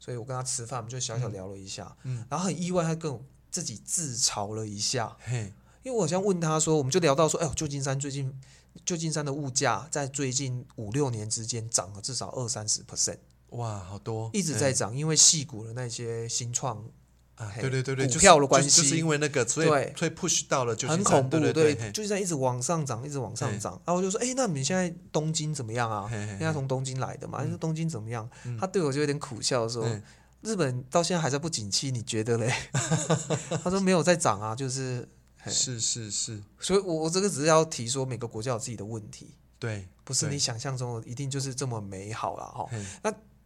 B: 所以我跟他吃饭，我们就小小聊了一下，
A: 嗯，
B: 然后很意外，他跟我自己自嘲了一下，
A: 嘿
B: 因为我好像问他说，我们就聊到说，哎呦，旧金山最近旧金山的物价在最近五六年之间涨了至少二三十 percent，
A: 哇，好多
B: 一直
A: 嘿
B: 在涨，因为戏股的那些新创
A: 啊，
B: 嘿
A: 对对对对，
B: 股
A: 就是
B: 票的
A: 就
B: 关
A: 是就是
B: 系
A: 因为那个，所以
B: 对
A: 所以 push 到了，就
B: 很恐怖，
A: 对对嘿
B: 旧金山一直往上涨，一直往上
A: 嘿
B: 涨，然后我就说，哎，那你们现在东京怎么样啊？
A: 嘿嘿
B: 因为他从东京来的嘛，就说东京怎么样？他对我就有点苦笑说
A: 嗯：“
B: 日本到现在还在不景气，你觉得嘞？” 他说：“没有在涨啊，就是。嘿
A: 是是是，”
B: 所以我，我这个只是要提说，每个国家有自己的问题，
A: 对，
B: 不是
A: 对
B: 你想象中的一定就是这么美好啦。哈。
A: 嘿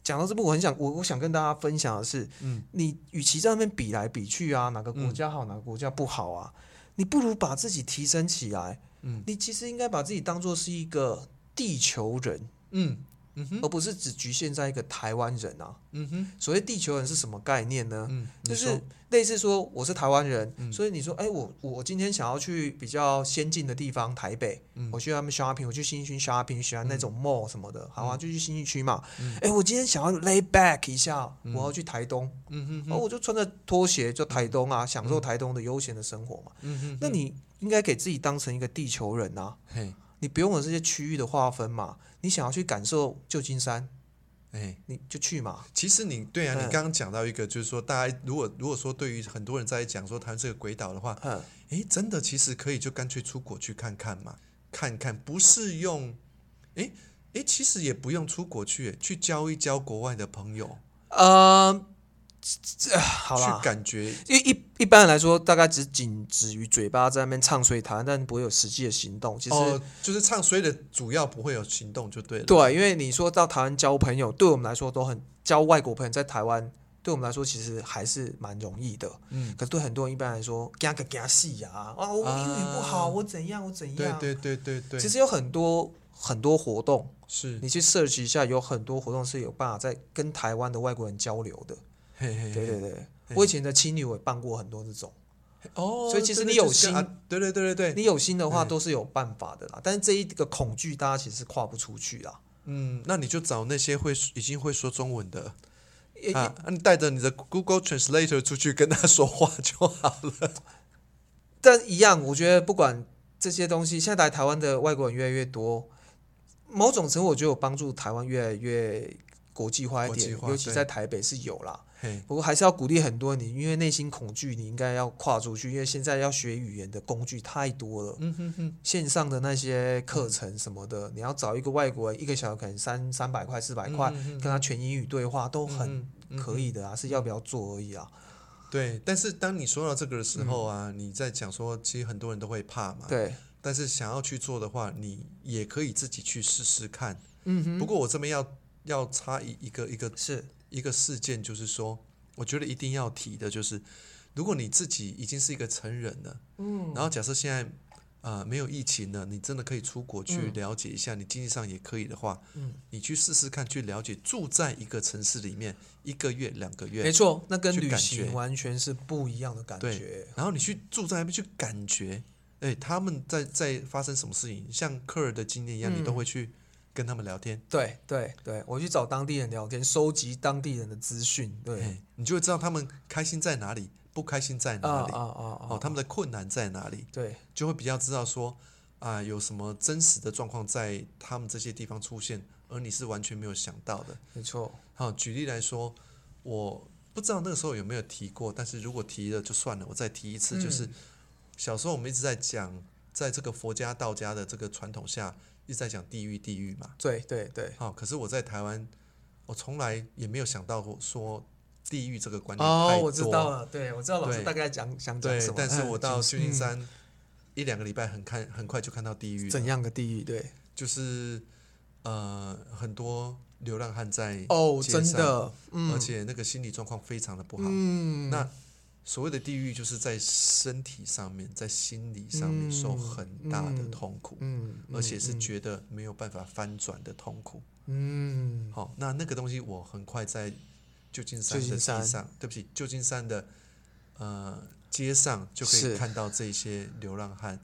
B: 讲到这部，我很想我我想跟大家分享的是，
A: 嗯
B: 你与其在那边比来比去啊，哪个国
A: 嗯
B: 家好，哪个国家不好啊，你不如把自己提升起来。嗯，你其实应该把自己当做是一个地球人，
A: 嗯嗯哼
B: 而不是只局限在一个台湾人啊。
A: 嗯哼
B: 所谓地球人是什么概念呢？
A: 嗯，
B: 就
A: 你
B: 是
A: 说
B: 类似说我是台湾人，
A: 嗯
B: 所以你说，哎、我我今天想要去比较先进的地方，台北，
A: 嗯
B: 我去他们 shopping，我去新一区 shopping，喜欢那种 mall 什么的，好啊，就去新一区嘛。哎、
A: 嗯
B: 我今天想要 lay back 一下，
A: 嗯
B: 我要去台东，
A: 嗯哼
B: 然后我就穿着拖鞋就台东啊，享受台东的悠闲的生活嘛。
A: 嗯哼，
B: 那你应该给自己当成一个地球人啊，
A: 嘿
B: 你不用有这些区域的划分嘛，你想要去感受旧金山，
A: 哎。
B: 你就去嘛。
A: 其实你对啊，你
B: 嗯
A: 刚刚讲到一个，就是说大家如果如果说对于很多人在讲说台湾是个鬼岛的话，
B: 嗯，
A: 诶，真的其实可以就干脆出国去看看嘛，看看不是用，诶诶，其实也不用出国去，去交一交国外的朋友，
B: 呃，这这好啦
A: 去，感觉
B: 因为一一般来说，大概只仅止于嘴巴在那边唱衰它，但不会有实际的行动。其实、
A: 哦，就是唱衰的主要不会有行动就对了。
B: 对，因啊为你说到台湾交朋友，对我们来说都很交外国朋友，在台湾对我们来说其实还是蛮容易的。
A: 嗯，
B: 可是对很多人一般来说，嘎嘎嘎戏呀，啊，我
A: 啊
B: 英语不好，我怎样，我怎
A: 对
B: 样。
A: 对对对对，
B: 其实有很多很多活动，
A: 是
B: 你去 search 一下，有很多活动是有办法在跟台湾的外国人交流的。
A: 嘿嘿
B: 对
A: 嘿
B: 对对，我以前的青旅我也办过很多这种。
A: 哦，
B: 所以其
A: 对
B: 实
A: 对
B: 你有
A: 就是跟
B: 心
A: 啊对对对对对，
B: 你有心的话
A: 嗯
B: 都是有办法的啦，但是这一个恐惧大家其实是跨不出去啦。
A: 嗯，那你就找那些会已经会说中文的。
B: 也也
A: 啊，那你带着你的 Google Translator 出去跟他说话就好 了。
B: 但一样，我觉得不管这些东西，现在来台湾的外国人越来越多，某种程度我觉得有帮助台湾越来越国际化一
A: 国际
B: 点，
A: 化
B: 尤其
A: 对
B: 在台北是有啦。
A: 嘿，
B: 不过还是要鼓励很多你，因为内心恐惧，你应该要跨出去，因为现在要学语言的工具太多了，
A: 嗯哼哼，
B: 线上的那些课程什么的，你要找一个外国人，一个小时可能三三百块、四百块，
A: 嗯嗯嗯
B: 跟他全英语对话都很
A: 嗯嗯
B: 可以的啊，是要不要做而已啊。
A: 对。但是当你说到这个的时候啊，你在讲说，其实很多人都会怕嘛。。
B: 嗯对，
A: 但是想要去做的话，你也可以自己去试试看。
B: 嗯
A: 不过我这边要要插一一个一个
B: 是，
A: 一个事件，就是说，我觉得一定要提的就是，如果你自己已经是一个成人了，
B: 嗯，
A: 然后假设现在呃没有疫情了，你真的可以出国去了解一下，你经济上也可以的话，
B: 嗯，
A: 你去试试看，去了解住在一个城市里面一个月、两个
B: 没
A: 月，
B: 错，那跟
A: 去
B: 旅
A: 感
B: 行
A: 觉
B: 完全是不一样的感
A: 对
B: 觉。
A: 然后你去住在那边去感觉，哎，他们在在发生什么事情，像科尔的经验一样，
B: 嗯
A: 你都会去跟他们聊天，
B: 对对对，我去找当地人聊天，收集当地人的资讯。对，
A: 哎，你就会知道他们开心在哪里，不开心在
B: 啊
A: 哪
B: 啊
A: 里，
B: 啊
A: 哦，
B: 啊！
A: 他们的困难在哪里，
B: 对，
A: 就会比较知道说啊、有什么真实的状况在他们这些地方出现，而你是完全没有想到的。
B: 没错。
A: 好，举例来说，我不知道那个时候有没有提过，但是如果提了就算了，我再提一次，就是
B: 嗯
A: 小时候我们一直在讲，在这个佛家、道家的这个传统下，一直在讲地狱、地狱嘛。
B: 对对对。
A: 好，可是我在台湾，我从来也没有想到过说地狱这个观念太
B: 哦，
A: 多。
B: 我知道了，对我知道老师
A: 对
B: 大概讲想讲
A: 对
B: 什么，，
A: 但是
B: 嗯
A: 我到
B: 就是
A: 旧金
B: 嗯
A: 山、一两个礼拜很看很快就看到地狱了，
B: 怎样的地域？对，
A: 就是呃很多流浪汉在
B: 哦，
A: 街
B: 真
A: 上
B: 的，嗯
A: 而且那个心理状况非常的不好。
B: 嗯，
A: 那所谓的地狱，就是在身体上面，在心理上面受很大的痛苦，
B: 嗯，
A: 而且是
B: 嗯
A: 觉得没有办法翻转的痛苦。
B: 嗯，
A: 好、那那个东西我很快在旧金山的
B: 旧金
A: 地
B: 山
A: 上，对不起，旧金山的呃街上就可
B: 是
A: 以看到这些流浪汉。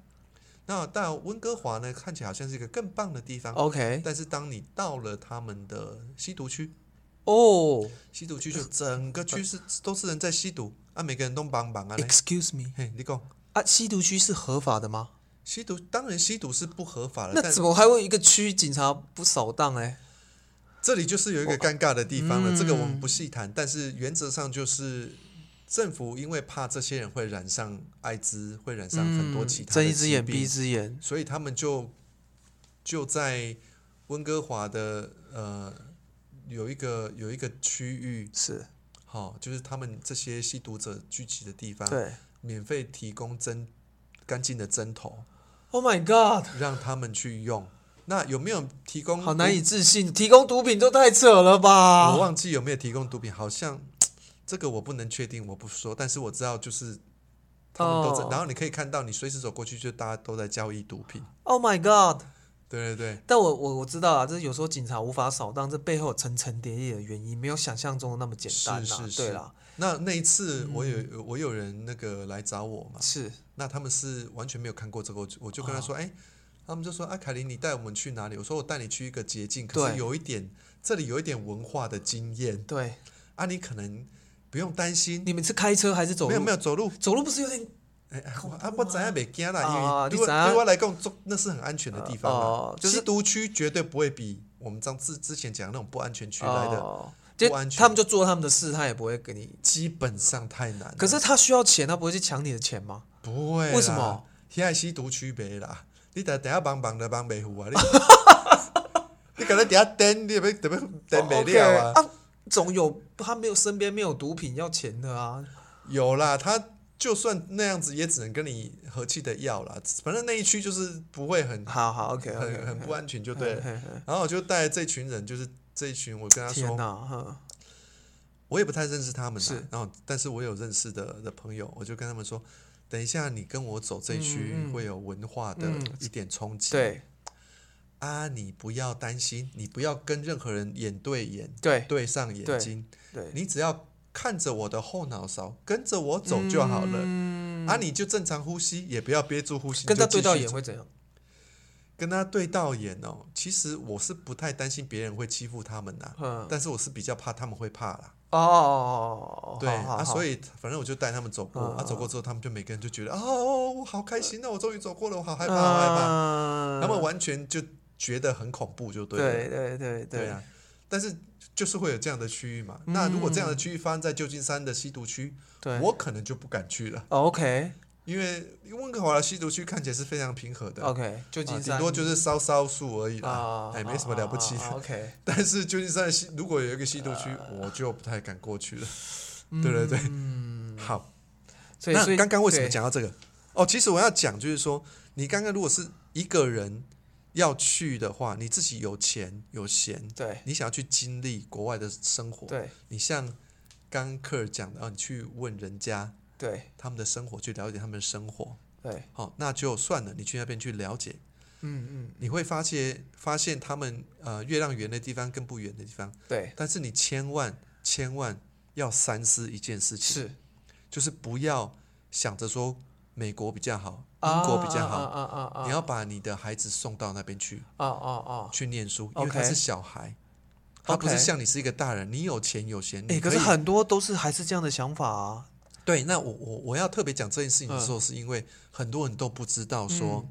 A: 那到温哥华呢，看起来好像是一个更棒的地
B: 嗯
A: 方，
B: OK，
A: 但是当你到了他们的吸毒区，
B: 哦、
A: 吸毒 区就整个区是都是人在吸毒啊，每个人都棒棒啊嘞
B: e。x c u s e me，
A: 嘿，你讲
B: 啊，吸毒区是合法的吗？
A: 吸毒，当然吸毒是不合法的，
B: 那
A: 但
B: 怎么还会有一个区警察不扫荡？哎，
A: 这里就是有一个尴尬的地方了。
B: 嗯
A: 这个我们不细谈，但是原则上就是政府因为怕这些人会染上艾滋，会染上很多其他的
B: 嗯睁一只眼
A: 疾
B: 闭一
A: 病，
B: 只眼，
A: 所以他们就就在温哥华的呃有一个有一个区域，
B: 是
A: 好、就是他们这些吸毒者聚集的地方，
B: 对。
A: 免费提供针干净的针头
B: Oh my god！
A: 让他们去用。那有没有提供？
B: 好难以置信，提供毒品都太扯了吧
A: 嗯我？忘记有没有提供毒品，好像这个我不能确定，我不说。但是我知道，就是他们都在，
B: 哦
A: 然后你可以看到，你随时走过去就大家都在交易毒品，
B: Oh my god！
A: 对对对，
B: 但我我我知道啊，这有时候警察无法扫荡，这背后有层层叠叠的原因，没有想象中的那么简单
A: 是
B: 啦。
A: 是是
B: 对啦，
A: 那那一次
B: 嗯
A: 我有、我有人那个来找我嘛，
B: 是
A: 那他们是完全没有看过这个，我就我就跟他
B: 哦
A: 说，哎、他们就说啊，凯琳，你带我们去哪里？我说我带你去一个捷径，可是
B: 对
A: 有一点这里有一点文化的经验
B: 对。
A: 啊，你可能不用担心，
B: 你们是开车还是走路？
A: 没有没有走路，
B: 走路不是有点
A: 哎、哎
B: 恐
A: 我
B: 怖
A: 啊，我怎样袂惊啦，因
B: 啊
A: 为
B: 你
A: 对我
B: 知影
A: 对我来讲，做那是很安全的地方啦、
B: 哦就是
A: 吸毒区绝对不会比我们上次之前讲的那种不安全区来的，
B: 哦，
A: 不
B: 就
A: 安全嗯
B: 他们就做他们的事，他也不会给你。
A: 基本上太难了。
B: 可是他需要钱，他不会去抢你的钱吗？
A: 不会啦，
B: 为什么？
A: 现在吸毒区别啦，你等等下帮忙的帮袂赴啊，你 你可能等下等，你别特别等
B: 哦
A: 袂
B: ，OK，
A: 了啊。
B: 啊，总有他没有身边没有毒品要钱的啊。
A: 有啦，他就算那样子，也只能跟你和气的要啦。反正那一区就是不会很
B: 好好，OK
A: 很
B: OK。
A: 很不安全，就 对了。
B: 嘿嘿嘿
A: 然后我就带这群人，就是这一群，我跟他
B: 天
A: 说，
B: 哪，哼
A: 我也不太认识他们啦
B: 是
A: 然后但是我有认识的的朋友，我就跟他们说，等一下你跟我走这一区
B: 嗯嗯
A: 会有文化的
B: 嗯
A: 一点冲击。
B: 对
A: 啊，你不要担心，你不要跟任何人眼对眼，
B: 对
A: 对上眼睛，
B: 对，
A: 你只要看着我的后脑勺，跟着我走就好了。啊，你就正常呼吸，也不要憋住呼吸。
B: 嗯跟他
A: 你就
B: 对
A: 继续
B: 到眼
A: 走，
B: 会怎样？
A: 跟他对到眼哦。其实我是不太担心别人会欺负他们呐、
B: 嗯，
A: 但是我是比较怕他们会怕啦。
B: 哦哦，
A: 对啊，所
B: 以
A: 以反正我就带他们走过，
B: 嗯
A: 啊，走过之后，他们就每个人就觉得，哦，我好开心哦，我终于走过了，我好害怕，
B: 嗯
A: 好害怕。
B: 怕
A: 他们完全就觉得很恐怖，就对了。
B: 嗯对对对嗯
A: 对啊，但是就是会有这样的区域嘛。那如果这样的区域发生在旧金山的吸毒区，
B: 对
A: 我可能就不敢去了，
B: 哦，OK
A: 因为温哥华的吸毒区看起来是非常平和的，啊
B: OK，旧金
A: 顶
B: 山
A: 多就是烧烧树而已啦
B: 啊，，
A: 哎，没什么了不起的。
B: OK，
A: 但是旧金山的吸，如果有一个吸毒
B: 啊
A: 区，我就不太敢过去了。对对对，好，
B: 所以所
A: 那
B: 以
A: 刚刚为什么
B: 嗯对
A: 讲到这个？哦，其实我要讲就是说，你刚刚如果是一个人要去的话，你自己有钱有闲，
B: 对
A: 你想要去经历国外的生活，
B: 对
A: 你像刚科尔讲的，啊，你去问人家
B: 对
A: 他们的生活，去了解他们的生活，
B: 对，
A: 好、那就算了。你去那边去了解，
B: 嗯嗯
A: 你会发现发现他们呃月亮圆的地方跟不圆的地方，
B: 对
A: 但是你千万千万要三思一件事情，
B: 是
A: 就是不要想着说美国比较好，英国比较好，
B: 啊啊啊啊，
A: 你要把你的孩子送到那边去
B: 啊啊啊，
A: 去念书，因为他
B: OK
A: 是小孩。他不是
B: OK
A: 像你是一个大人，你有钱有闲，
B: 哎，
A: 你
B: 可
A: 可以
B: 是很多都是还是这样的想法啊，
A: 对，那我我我要特别讲这件事情
B: 嗯
A: 的时候，是因为很多人都不知道说，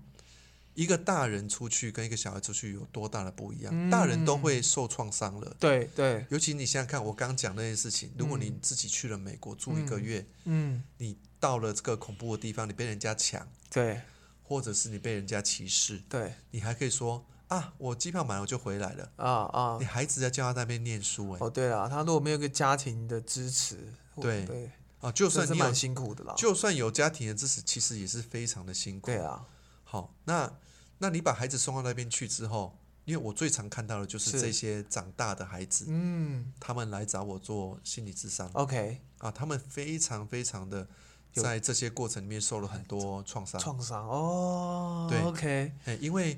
A: 一个大人出去跟一个小孩出去有多大的不一样，
B: 嗯
A: 大人都会受创伤了。
B: 对对，
A: 尤其你想想看，我刚讲那件事情，如果你自己去了美国住一个月，
B: 嗯
A: 你到了这个恐怖的地方，你被人家抢，
B: 对
A: 或者是你被人家歧视，
B: 对
A: 你还可以说啊，我机票买了我就回来了。
B: 啊啊
A: 你，孩子在教他那边念书、欸，哎、
B: 哦对了，他如果没有一个家庭的支持，我
A: 对
B: 对，
A: 啊，就
B: 这
A: 算
B: 是
A: 你有
B: 蛮，辛苦的啦，
A: 就算有家庭的支持，其实也是非常的辛苦。
B: 对啊，
A: 好，那那你把孩子送到那边去之后，因为我最常看到的就是
B: 是
A: 这些长大的孩子，
B: 嗯
A: 他们来找我做心理咨商
B: ，OK，
A: 啊，他们非常非常的
B: 有
A: 在这些过程里面受了很多创伤，
B: 创伤哦，
A: 啊对
B: ，OK，
A: 哎，因为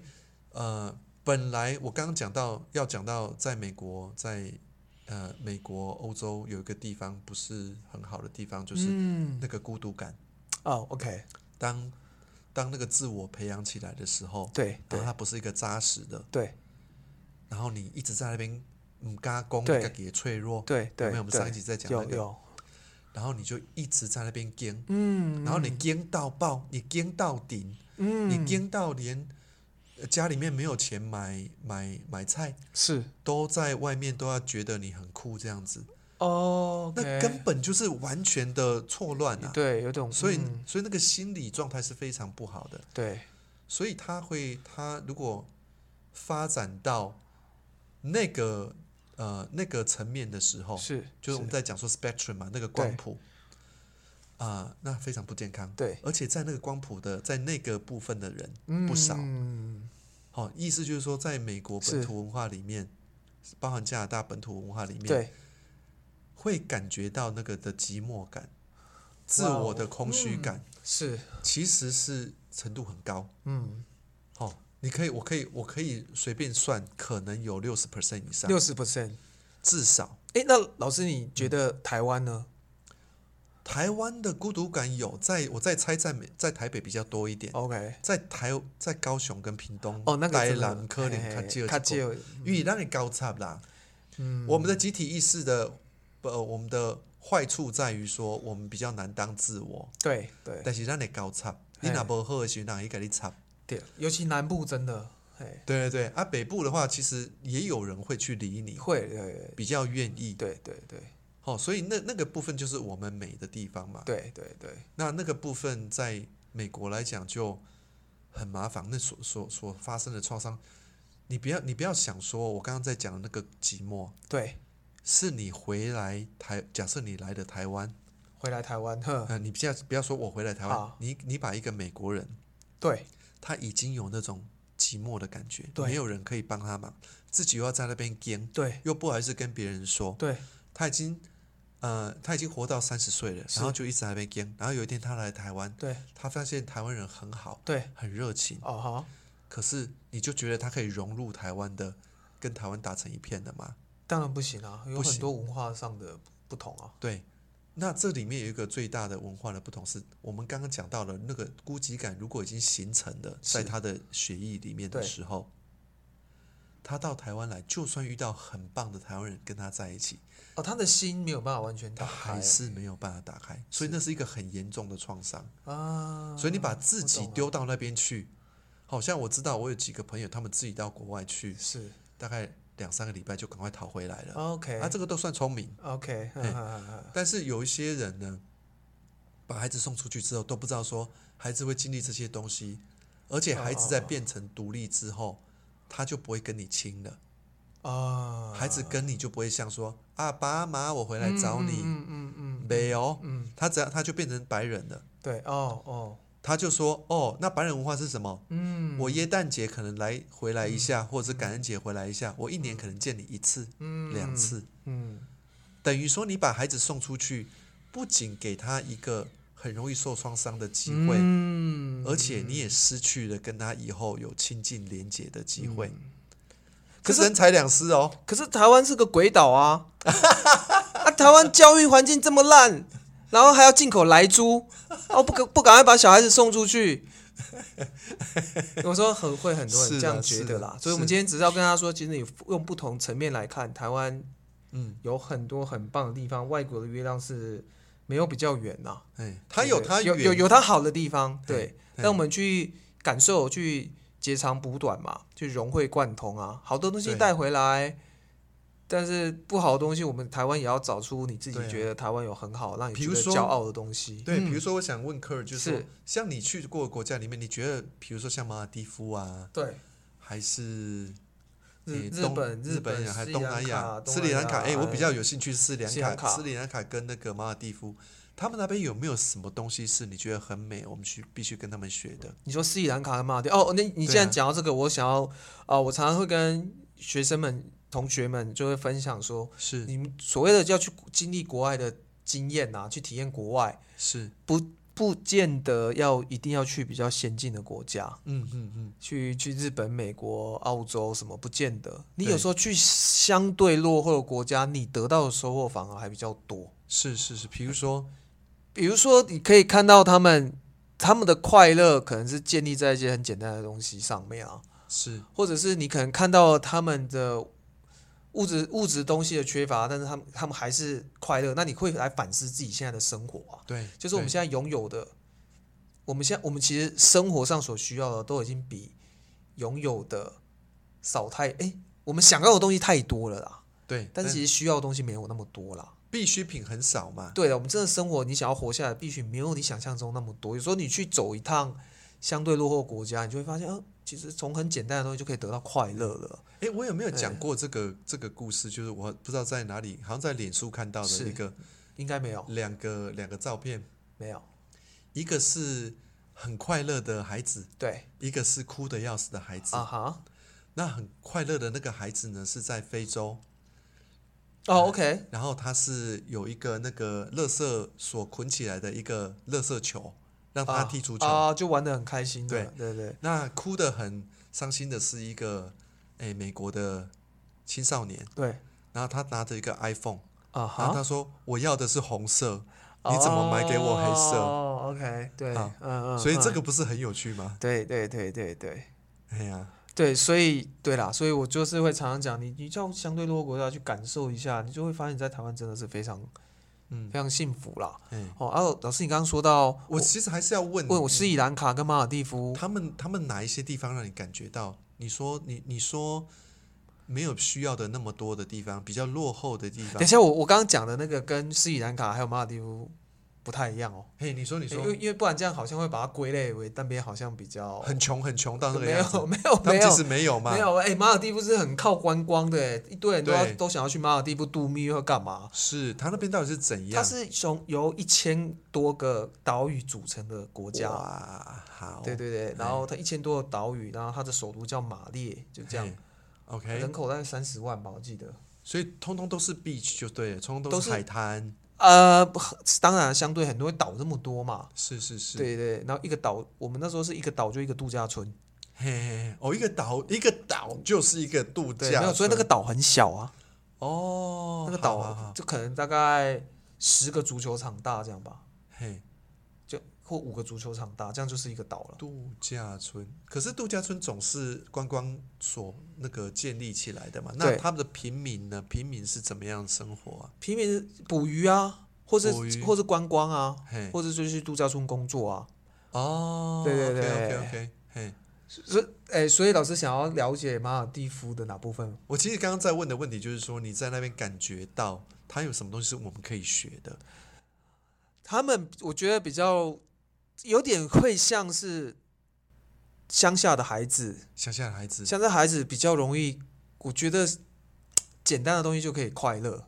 A: 呃，本来我刚刚讲到要讲到在美国，在呃美国欧洲有一个地方不是很好的地方，就是
B: 嗯
A: 那个孤独感，
B: 哦，OK，
A: 当当那个自我培养起来的时候，
B: 对
A: 然
B: 对
A: 后它不是一个扎实的。
B: 对
A: 然后你一直在那边嗯嘎攻
B: 对
A: 自己的脆弱，
B: 对
A: 有
B: 对，
A: 没有？我们
B: 对
A: 上一集在讲那
B: 有
A: 个，
B: 有，
A: 然后你就一直在那边跟，
B: 嗯，
A: 然后你跟到爆，你跟到顶，
B: 嗯
A: 你跟到连呃家里面没有钱买买买菜，
B: 是
A: 都在外面都要觉得你很酷这样子，
B: 哦，
A: 那根本就是完全的错乱啊！
B: 对有种，
A: 所以
B: 嗯
A: 所以那个心理状态是非常不好的。
B: 对
A: 所以他会，他如果发展到那个呃那个层面的时候，
B: 是
A: 哦就是我们在讲说 spectrum 嘛，那个光谱啊、那非常不健康。
B: 对
A: 而且在那个光谱的，在那个部分的人，
B: 嗯
A: 不少哦，意思就是说，在美国本
B: 是
A: 土文化里面，包含加拿大本土文化里面，
B: 对
A: 会感觉到那个的寂寞感。自
B: 哦
A: 我的空虚
B: 嗯
A: 感，
B: 是，
A: 其实是程度很高。
B: 嗯，
A: 哦，你可以，我可以，我可以随便算，可能有六十 percent 以上，
B: 六十 percent。
A: 至少。
B: 哎，那老师你觉得台湾呢？
A: 台湾的孤独感有在，我在猜在美在台北比较多一点，
B: OK，
A: 在台在高雄跟屏东
B: 哦，那个
A: 台
B: 真的
A: 南可能
B: 嘿
A: 较
B: 嘿
A: 少
B: 较
A: 一点
B: 少
A: 因为让你高差啦。
B: 嗯，
A: 我们的集体意识的呃，我们的坏处在于说我们比较难当自我，
B: 对对哎
A: 但是让你高差，
B: 嘿
A: 你哪不好的时候，哪会给你差？
B: 对，尤其南部真的，哎，
A: 对对对，啊，北部的话其实也有人会去理你，
B: 会，对
A: 比较愿意。
B: 对对对
A: 哦，所以那那个部分就是我们美的地方嘛。
B: 对对对，
A: 那那个部分在美国来讲就很麻烦，那所所所发生的创伤，你不要你不要想说，我刚刚在讲的那个寂寞，
B: 对，
A: 是你回来台，假设你来的台湾，
B: 回来台湾，呵，
A: 呃，你不要不要说我回来台湾
B: 啊好，
A: 你你把一个美国人，
B: 对
A: 他已经有那种寂寞的感觉，
B: 对
A: 没有人可以帮他忙，自己又要在那边颠，
B: 对
A: 又不好意思跟别人说，
B: 对，
A: 他已经。呃，他已经活到三十岁了，
B: 是
A: 然后就一直在那边颠。然后有一天他来台湾，
B: 对
A: 他发现台湾人很好，
B: 对，
A: 很热情，
B: 哦好，
A: 可是你就觉得他可以融入台湾的，跟台湾打成一片的吗？
B: 当然不行啊，有
A: 不
B: 很
A: 行
B: 多文化上的不同啊，
A: 对，那这里面有一个最大的文化的不同是，我们刚刚讲到了那个孤寂感，如果已经形成了，
B: 是
A: 在他的血液里面的
B: 对
A: 时候，他到台湾来，就算遇到很棒的台湾人跟他在一起，
B: 哦，他的心没有办法完全打
A: 他
B: 开
A: 还是没有办法打开，所以那是一个很严重的创伤。
B: 啊，
A: 所以你把自
B: 我
A: 己
B: 懂啊了
A: 丢到那边去，好像我知道我有几个朋友，他们自己到国外去，
B: 是
A: 大概两三个礼拜就赶快逃回来了。
B: OK
A: 啊，这个都算聪明。
B: OK，呵
A: 哎
B: 呵呵呵
A: 但是有一些人呢，把孩子送出去之后都不知道说孩子会经历这些东西，而且孩子在变成独立之后，他就不会跟你亲了，
B: 啊，
A: 孩子跟你就不会像说啊爸妈我回来找你，
B: 嗯嗯嗯，
A: 没有，
B: 嗯
A: 他只要他就变成白人了，
B: 对，哦哦，
A: 他就说哦，那白人文化是什么？
B: 嗯
A: 我耶诞节可能来回来一下，或者是感恩节回来一下，我一年可能见你一次、
B: 嗯
A: 两，次，
B: 嗯，
A: 等于说你把孩子送出去，不仅给他一个很容易受创伤的机会，
B: 嗯
A: 而且你也失去了跟他以后有亲近连结的机会。
B: 嗯可
A: 可
B: 是
A: 是人财两失哦，
B: 可是台湾是个鬼岛啊！ 啊，台湾教育环境这么烂，然后还要进口来猪，哦，不可不赶快把小孩子送出去。我说很会很多人
A: 是
B: 这
A: 的
B: 样觉得
A: 是啊
B: 啦，
A: 的
B: 所以我们
A: 是
B: 今天只是要跟他说，其实你用不同层面来看，台湾
A: 嗯，
B: 有很多很棒的地方，外国的月亮是没有比较远啊呐、
A: 哎，他
B: 对
A: 有
B: 对
A: 他
B: 有
A: 远
B: 有有他好的地方，对
A: 嘿，
B: 但我们去感受、去截长补短嘛，去融会贯通啊，好多东西
A: 对
B: 带回来，但是不好的东西，我们台湾也要找出你自己
A: 对啊
B: 觉得台湾有很好，让你
A: 比
B: 觉
A: 如
B: 得
A: 说
B: 骄傲的东西。
A: 对，
B: 嗯
A: 比如说我想问科尔，就是说
B: 是
A: 像你去过的国家里面，你觉得，比如说像马尔蒂夫啊，
B: 对，
A: 还是
B: 日
A: 诶
B: 日
A: 东
B: 本、
A: 日
B: 本、
A: 还
B: 斯
A: 有东
B: 里
A: 南
B: 亚、
A: 斯里兰卡，
B: 哎，
A: 哎，我比较有兴趣斯里
B: 斯里兰
A: 兰
B: 卡
A: 卡，斯里兰卡跟那个马尔蒂夫，他们那边有没有什么东西是你觉得很美，我们去必须跟他们学的？
B: 你说斯里兰卡干嘛？对哦，那你既然
A: 对啊
B: 讲到这个，我想要啊、呃我常常会跟学生们、同学们就会分享说，
A: 是
B: 你们所谓的要去经历国外的经验啊，去体验国外，
A: 是，
B: 不见得要一定要去比较先进的国家，
A: 嗯嗯嗯，
B: 去去日本、美国、澳洲什么，不见得。你
A: 对
B: 有时候去相对落后的国家，你得到的收获反而还比较多。
A: 是是是，比如说
B: 比如说，你可以看到他们他们的快乐，可能是建立在一些很简单的东西上面啊，
A: 是
B: 或者是你可能看到了他们的物质物质东西的缺乏，但是他们他们还是快乐。那你会来反思自己现在的生活啊。
A: 对，
B: 就是我们
A: 对
B: 现在拥有的，我们现在我们其实生活上所需要的都已经比拥有的少太哎、我们想要的东西太多了啦，
A: 对，
B: 但是其实需要的东西没有那么 多啦。
A: 必需品很少嘛。
B: 对了，我们真的生活，你想要活下来，必须没有你想象中那么多。有时候你去走一趟相对落后的国家，你就会发现，啊，其实从很简单的东西就可以得到快乐了。
A: 诶，我有没有讲
B: 对
A: 过这个这个故事？就是我不知道在哪里，好像在脸书看到的
B: 是
A: 一个
B: 应该没有，
A: 两个两个照片，
B: 没有，
A: 一个是很快乐的孩子，
B: 对
A: 一个是哭的要死的孩子。
B: 啊哈，
A: 那很快乐的那个孩子呢，是在非洲
B: 哦，OK，
A: 然后它是有一个那个垃圾所捆起来的一个垃圾球，让他踢足球。
B: 啊，就玩的很开心的，对对
A: 那哭得很伤心的是一个诶美国的青少年，
B: 对，
A: 然后他拿着一个 iPhone，
B: 啊
A: 然后
B: 哈，
A: 他说我要的是红色，你怎么买给我黑色？
B: 哦，OK，对，嗯
A: 好
B: 嗯，
A: 所以这
B: 嗯，
A: 个不是很有趣吗？
B: 对对对对对。
A: 哎呀，
B: 对，所以对啦，所以我就是会常常讲，你你到相对弱国家去感受一下，你就会发现你在台湾真的是非常
A: 嗯，
B: 非常幸福啦。
A: 哎，
B: 哦，啊，老师，你刚刚说到
A: 我其实还是要问
B: 问我斯里兰卡跟马尔蒂夫，
A: 他们他们哪一些地方让你感觉到？你说你你说没有需要的那么多的地方，比较落后的地
B: 等一
A: 方。
B: 下我我刚刚讲的那个跟斯里兰卡还有马尔蒂夫不太一样哦，
A: 嘿，你说你
B: 因
A: 说
B: 为因为不然这样好像会把它归类为那边好像比较
A: 很穷很穷到那个
B: 没
A: 样子，
B: 有没有
A: 他
B: 没
A: 们其
B: 有
A: 实没有嘛
B: 没。有哎、马尔蒂夫是很靠观光的哎，一堆人都要
A: 对
B: 都想要去马尔蒂夫度蜜月或干嘛。
A: 是他那边到底是怎
B: 它
A: 样？
B: 是从由一千多个岛屿组成的国家，
A: 哇，哦好，
B: 对对对，然后它一千多个岛屿，然后它的首都叫马列，就这样
A: 嘿，，OK，
B: 人口大概三十万吧，我记得。
A: 所以通通都是 beach 就对了，通通
B: 都
A: 都
B: 是
A: 是海滩，
B: 呃，当然相对很多岛这么多嘛，
A: 是是是，
B: 对对，然后一个岛，我们那时候是一个岛就一个度假村，
A: 嘿嘿，嘿哦，一个岛一个岛就是一个度
B: 对，
A: 假
B: 没
A: 村，
B: 有，所以那个岛很小啊，
A: 哦，
B: 那个
A: 好好好
B: 岛就可能大概十个足球场大这样吧，
A: 嘿，
B: 就或五个足球场大，这样就是一个岛了。
A: 度假村，可是度假村总是观光所那个建立起来的嘛，那
B: 对
A: 他们的平民呢？平民是怎么样生活啊？
B: 平民捕鱼啊，或是
A: 捕鱼
B: 或是观光啊，
A: 嘿，
B: 或者就去度假村工作啊。
A: 哦，
B: 对对对
A: ，OK OK OK，嘿。
B: 所以，哎，所以老师想要了解马尔蒂夫的哪部分？
A: 我其实刚刚在问的问题就是说，你在那边感觉到它有什么东西是我们可以学的？
B: 他们我觉得比较有点会像是乡下的孩子，
A: 乡下的孩子，
B: 乡下孩子比较容易，我觉得简单的东西就可以快乐。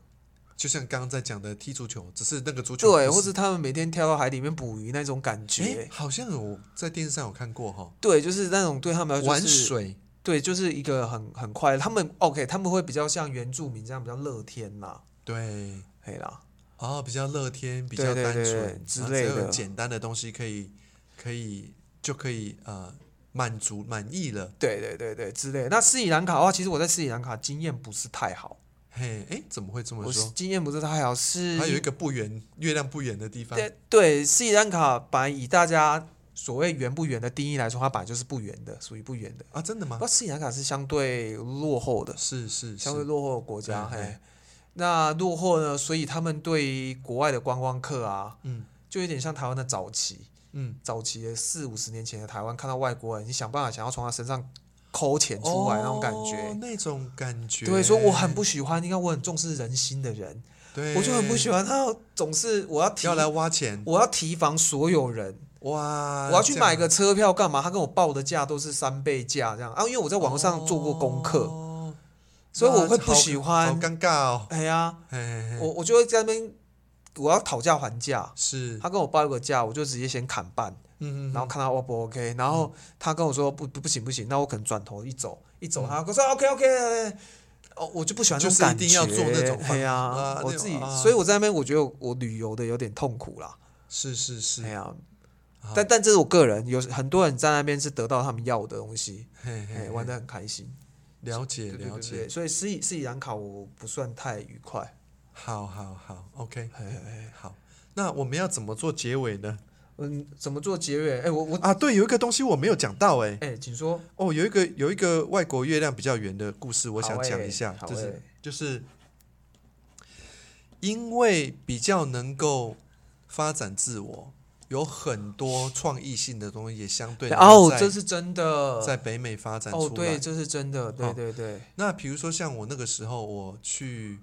A: 就像刚刚在讲的踢足球，只是那个足球
B: 对，
A: 不
B: 或
A: 是
B: 者他们每天跳到海里面捕鱼那种感
A: 诶
B: 觉，
A: 好像有在电视上有看过哈，
B: 对，就是那种对他们来说、
A: 玩
B: 呃就是
A: 水
B: 对，就是一个很很快乐。他们 OK，他们会比较像原住民这样比较乐天啦，
A: 对，
B: 嘿啦，
A: 哦，比较乐天，比
B: 对
A: 较
B: 对
A: 单
B: 对
A: 纯
B: 对
A: 然后
B: 之
A: 只
B: 类
A: 要有
B: 的
A: 简单的东西可以可以就可以呃满足满意了。
B: 对对对对之类的。那斯里兰卡的话，其实我在斯里兰卡经验不是太好，
A: 嘿，诶，怎么会这么
B: 我是
A: 说？
B: 经验不是太好，是
A: 还有一个不远月亮不远的地方，
B: 对对，斯里兰卡本来以大家所谓圆不圆的定义来说，它本来就是不圆的，属于不圆的。
A: 啊，真的吗
B: 不过？斯里兰卡是相对落后的，
A: 是是
B: 相对
A: 是，
B: 落后的国家，
A: 哎
B: 嘿
A: 哎。
B: 那落后呢？所以他们对于国外的观光客啊，
A: 嗯
B: 就有点像台湾的早期，
A: 嗯，
B: 早期的四五十年前的台湾，看到外国人，你想办法想要从他身上抠钱出来那种感
A: 哦
B: 觉。
A: 那种感觉，
B: 对，所以我很不喜欢，你看我很重视人心的人，
A: 对，
B: 我就很不喜欢他总是我要提
A: 要来挖钱，
B: 我要提防所有人，
A: 哇，
B: 我要去
A: 这样
B: 买个车票干嘛？他跟我报的价都是三倍价这样啊，因为我在网络上做过功课，
A: 哦
B: 所以我
A: 哇
B: 会
A: 这
B: 不
A: 好
B: 喜
A: 好
B: 欢。
A: 尴尬哦，
B: 哎呀，
A: 嘿嘿嘿
B: 我我就会在那边，我要讨价还价。
A: 是，
B: 他跟我报一个价，我就直接先砍半，
A: 嗯嗯
B: 然后看他 O 不 OK，然后他跟我说不不不行不行，那我可能转头一走一走，他跟我说 OK OK，哦，我就不喜欢这种
A: 嗯就是
B: 感
A: 一
B: 觉，
A: 定要做那种
B: 哎呀、
A: 啊那
B: 我自
A: 种
B: 己，
A: 啊
B: 所以我在那边我觉得我旅游的有点痛苦啦，
A: 是是
B: 哎
A: 是，啊
B: 呀、
A: 好
B: 但但这是我个人，有很多人在那边是得到他们要的东西，
A: 嘿
B: 哎、
A: 嘿，
B: 玩的很开心，
A: 了解
B: 对对
A: 了
B: 对
A: 解
B: 对，，所以斯里斯里兰卡我不算太愉快，
A: 好好好，OK，
B: 嘿嘿嘿
A: 好。那我们要怎么做结尾呢？
B: 嗯，怎么做结尾？哎、我我
A: 啊，对，有一个东西我没有讲到哎、
B: 哎、请说，
A: 哦，有一个有一个外国月亮比较圆的故事，我想讲一下，
B: 好欸
A: 就
B: 好
A: 是
B: 欸
A: 就是因为比较能够发展自我，有很多创意性的东西也相对能够
B: 哦，
A: 在
B: 这是真的，
A: 在北美发展
B: 哦，
A: 出来
B: 对，。这是真的，对
A: 好
B: 对对，
A: 那比如说像我那个时候，我去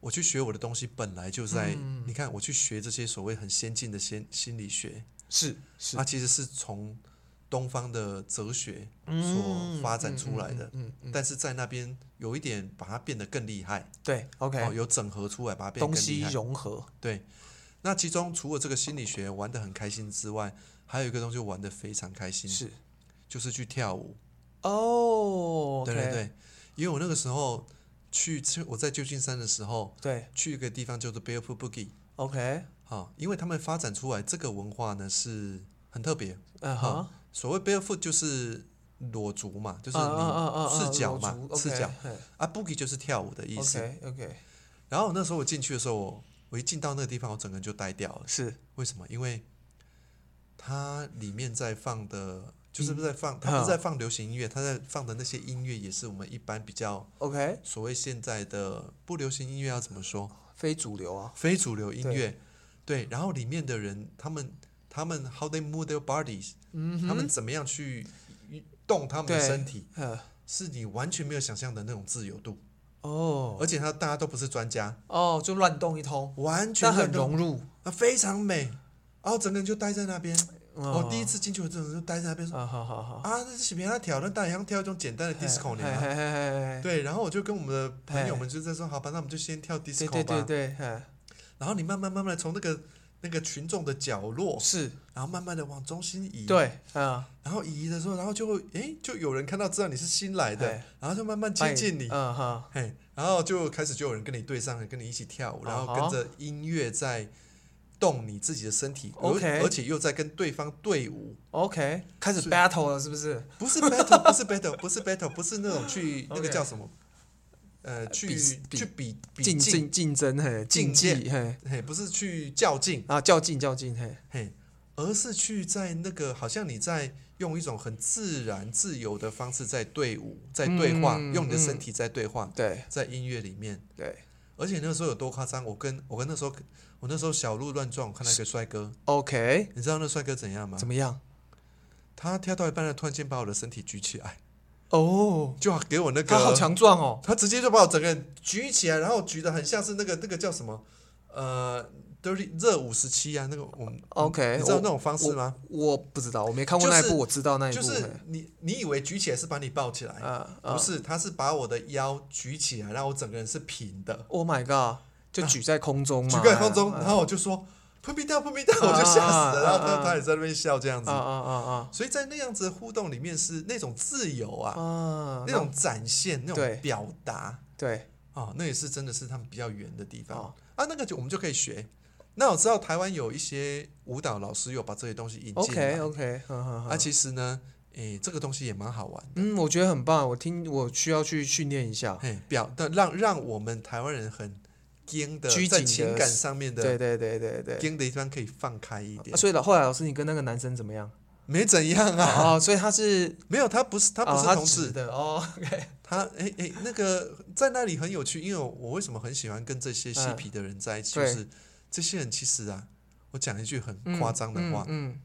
A: 我去学我的东西，本来就在、
B: 嗯
A: 你看我去学这些所谓很先进的心心理学，
B: 是是
A: 它，其实是从东方的哲学所发展出来的。
B: 嗯，嗯嗯嗯嗯
A: 但是在那边有一点把它变得更厉害，
B: 对，OK，、
A: 哦，有整合出来把它变得
B: 东
A: 更厉
B: 西
A: 害。
B: 融合，
A: 对，那其中除了这个心理学玩得很开心之外，还有一个东西玩得非常开心，
B: 是
A: 就是去跳舞。
B: 哦，
A: 对对，对，因为我那个时候去去我在旧金山的时候，
B: 对
A: 去一个地方叫做 Barefoot Boogie，
B: ，OK，
A: 好、啊因为他们发展出来这个文化呢是很特别。
B: 嗯哼，
A: 所谓 barefoot 就是裸足嘛，就是
B: 啊啊啊啊
A: 你赤脚嘛，
B: 裸足
A: 赤脚
B: OK，嘿
A: 啊，boogie 就是跳舞的意思。
B: ，OK，OK，
A: 然后那时候我进去的时候，我我一进到那个地方，我整个人就呆掉了。
B: 是
A: 为什么？因为它里面在放的，就是不是在放，
B: 嗯
A: 它不是在放流行音乐，它在放的那些音乐也是我们一般比较
B: OK，
A: 所谓现在的不流行音乐要怎么说？
B: 非主流啊，
A: 非主流音乐，对。然后里面的人，他们他们 how they move their bodies，、
B: 嗯
A: 他们怎么样去动他们的
B: 对
A: 身体，
B: 嗯，
A: 是你完全没有想象的那种自由度。
B: 哦
A: 而且他大家都不是专家，
B: 哦，就乱动一通，
A: 完全
B: 但很
A: 都
B: 融入。
A: 啊，非常美。然后整个人就待在那边。
B: 哦
A: 我、第一次进去，我整个人就待在那边说、
B: 啊，好好好，
A: 啊，那是别他跳，那大洋跳一种简单的 disco
B: 嘿
A: 呢嘛。
B: 嘿嘿嘿嘿
A: 对，然后我就跟我们的朋友
B: 嘿
A: 们就在说，好吧，那我们就先跳
B: 对
A: disco 吧。
B: 对对对，嘿
A: 然后你慢慢慢慢地从那个那个群众的角落，
B: 是，
A: 然后慢慢的往中心移。。
B: 对，嗯，
A: 然后移的时候，然后就会诶，就有人看到知道你是新来的
B: 嘿，
A: 然后就慢慢接近你。
B: 嗯哈，
A: 嘿，然后就开始就有人跟你对上，跟你一起跳舞，然后
B: 啊
A: 跟
B: 哈
A: 着音乐在动你自己的身体
B: OK
A: 而而且又在跟对方对舞，
B: OK，开始
A: 是
B: battle 了是不是？
A: 不 是 battle，不是 battle，不是 battle，不是那种去那个
B: OK
A: 叫什么，呃，去
B: 比
A: 去比比
B: 竞竞竞争嘿，竞
A: 竞
B: 技嘿，
A: 嘿，不是去较劲，
B: 啊较劲较劲嘿，
A: 嘿，而是去在那个好像你在用一种很自然自由的方式在对舞，在对话，
B: 嗯
A: 用你的身
B: 嗯
A: 体在对话，
B: 对
A: 在音乐里面。
B: 对
A: 而且那个时候有多夸张？我跟我跟那时候我那时候小鹿乱撞，我看到一个帅哥，
B: ，OK，
A: 你知道那帅哥怎样吗
B: 怎？么样？
A: 他跳到一半了，突然间把我的身体举起来，
B: 哦，
A: 就给我那个
B: 他好强壮哦，
A: 他直接就把我整个人举起来，然后举得很像是那个那个叫什么，呃，dirty 热舞时期啊，那个我们
B: OK，
A: 你知道
B: 哎我
A: 那种方式吗？
B: 我不知道，我没看过那一
A: 就
B: 部，
A: 是
B: 我知道那一
A: 就
B: 部
A: 是
B: 嘿，
A: 你你以为举起来是把你抱起来，
B: 啊
A: 不是，他是把我的腰举起来，让我整个人是平的，
B: ，Oh my god，就举在空中嘛，
A: 啊举在空中，
B: 啊
A: 然后我就说喷屁掉喷屁掉，我就吓
B: 啊
A: 死了，
B: 啊
A: 然后
B: 啊
A: 他他也在那边笑这样
B: 啊
A: 子，
B: 啊
A: 所以在那样子的互动里面是那种自由
B: 啊啊
A: 啊，
B: 啊，
A: 那种展现，那
B: 对
A: 种表达
B: 对
A: 啊，那也是真的是他们比较远的地方
B: 哦
A: 啊，那个就我们就可以学。那我知道台湾有一些舞蹈老师有把这些东西引进来
B: ，OK OK，嗯嗯
A: 啊，
B: 嗯，
A: 其实呢，诶，这个东西也蛮好玩的。
B: 嗯，我觉得很棒，我听我需要去训练一下，
A: 嘿，表的让让我们台湾人很惊的，
B: 拘
A: 在
B: 谨
A: 情
B: 的
A: 感上面
B: 对
A: 的
B: 对对对对。
A: 惊的地方可以放开一点，
B: 啊所以老后来老师，你跟那个男生怎 么样？
A: 没怎样啊，
B: 哦，所以他是
A: 没有，他不是他不
B: 哦
A: 是
B: 他
A: 同
B: 直
A: 事，
B: 的 哦，OK，
A: 他哎哎那个在那里很有趣，因为我我为什么很喜欢跟这些嬉皮的人在一起，
B: 嗯
A: 就是这些人其实啊，我讲一句很夸张的话，
B: 嗯，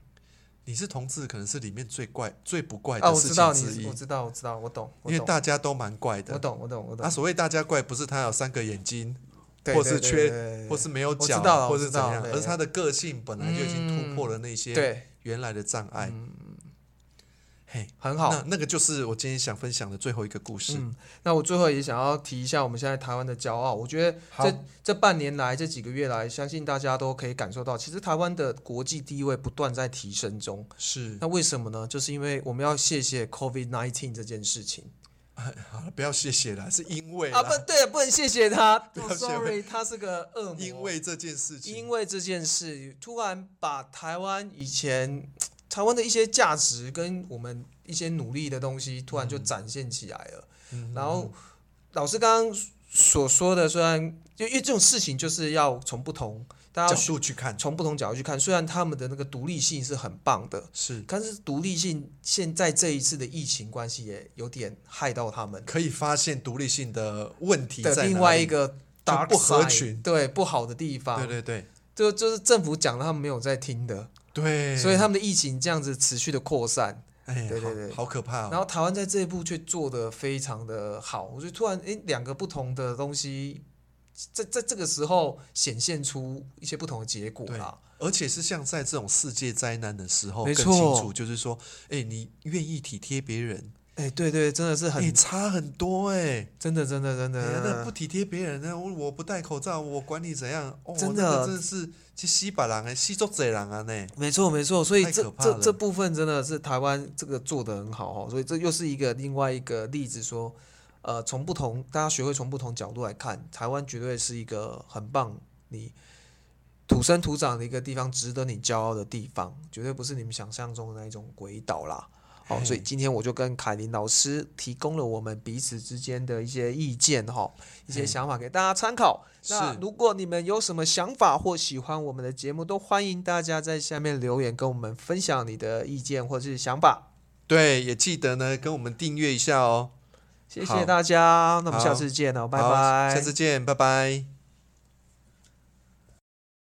A: 你是同志可能是里面最怪最不怪
B: 嗯啊，
A: 的
B: 我
A: 事
B: 知道
A: 情之
B: 你，
A: 一
B: 我，知道，我知道，我懂，我
A: 因为
B: 懂，
A: 大家都蛮怪
B: 我
A: 的。
B: 懂，我懂，我
A: 啊，
B: 懂，
A: 所谓大家怪，不是他有三个眼睛，
B: 对
A: 或是
B: 对
A: 缺
B: 对对
A: 或是没有
B: 知
A: 脚
B: 道，了
A: 或
B: 我
A: 是
B: 知
A: 怎
B: 道
A: 样，
B: 对
A: 而是他的个性本来就已经突破了那
B: 对
A: 些
B: 对，
A: 原来的障碍。嘿，
B: 很好。
A: 那那个就是我今天想分享的最后一个故事。
B: 嗯，那我最后也想要提一下我们现在台湾的骄傲。我觉得
A: 好
B: 这这半年来这几个月来，相信大家都可以感受到，其实台湾的国际地位不断在提升中。
A: 是，
B: 那为什么呢？就是因为我们要谢谢 COVID nineteen 这件事情。
A: 好了，不要谢谢啦，是因为
B: 啊，不
A: 啦，
B: 对，不能谢谢 他。
A: 要
B: I'm
A: 谢谢
B: sorry，他是个恶魔。
A: 因为这件事情
B: 因，为这件事，突然把台湾以前台湾的一些价值跟我们一些努力的东西，突然就展现起来了。
A: 嗯
B: 然后老师刚刚所说的，虽然就因为这种事情就是要从不同大
A: 角
B: 家
A: 度去看，
B: 从不同角度去看，虽然他们的那个独立性是很棒的。
A: 是
B: 但是独立性现在这一次的疫情关系也有点害到他们，
A: 可以发现独立性的问题在
B: 的
A: 哪里
B: 另外一，个 dark
A: 不合
B: side，
A: 群
B: 对不好的地方，
A: 对对对
B: 就就是政府讲的，他们没有在听的，
A: 对，
B: 所以他们的疫情这样子持续的扩散，
A: 哎，
B: 对对
A: 好
B: 对
A: 好可怕
B: 然
A: 哦，
B: 后台湾在这一步却做得非常的好，我就突然诶，两个不同的东西在在这个时候显现出一些不同的结果啦。
A: 而且是像在这种世界灾难的时候
B: 没
A: 更
B: 错
A: 清楚，就是说，哎，你愿意体贴别人，
B: 哎，对对，真的是很
A: 哎，差很多哎。
B: 真的真的真
A: 哎呀，那
B: 的
A: 不体贴别人呢？我我不戴口罩，我管你怎样。哦，
B: 真
A: 那
B: 的
A: 个真的是去西把人哎，西作贼人啊呢。
B: 没错没错，所以
A: 太
B: 这
A: 可怕
B: 这
A: 了
B: 这部分真的是台湾这个做得很好哦，所以这又是一个另外一个例子说。呃，从不同大家学会从不同角度来看，台湾绝对是一个很棒，你土生土长的一个地方，值得你骄傲的地方，绝对不是你们想象中的那一种鬼岛啦。哦，所以今天我就跟凯琳老师提供了我们彼此之间的一些意见哈、一些想法给大家参考。
A: 嗯是
B: 那如果你们有什么想法或喜欢我们的节目，都欢迎大家在下面留言跟我们分享你的意见或是想法。
A: 对，也记得呢，跟我们订阅一下哦。
B: 谢
A: 好
B: 谢大家，那我们下
A: 好
B: 次见哦，拜
A: 好
B: 拜。
A: 下次见，拜拜。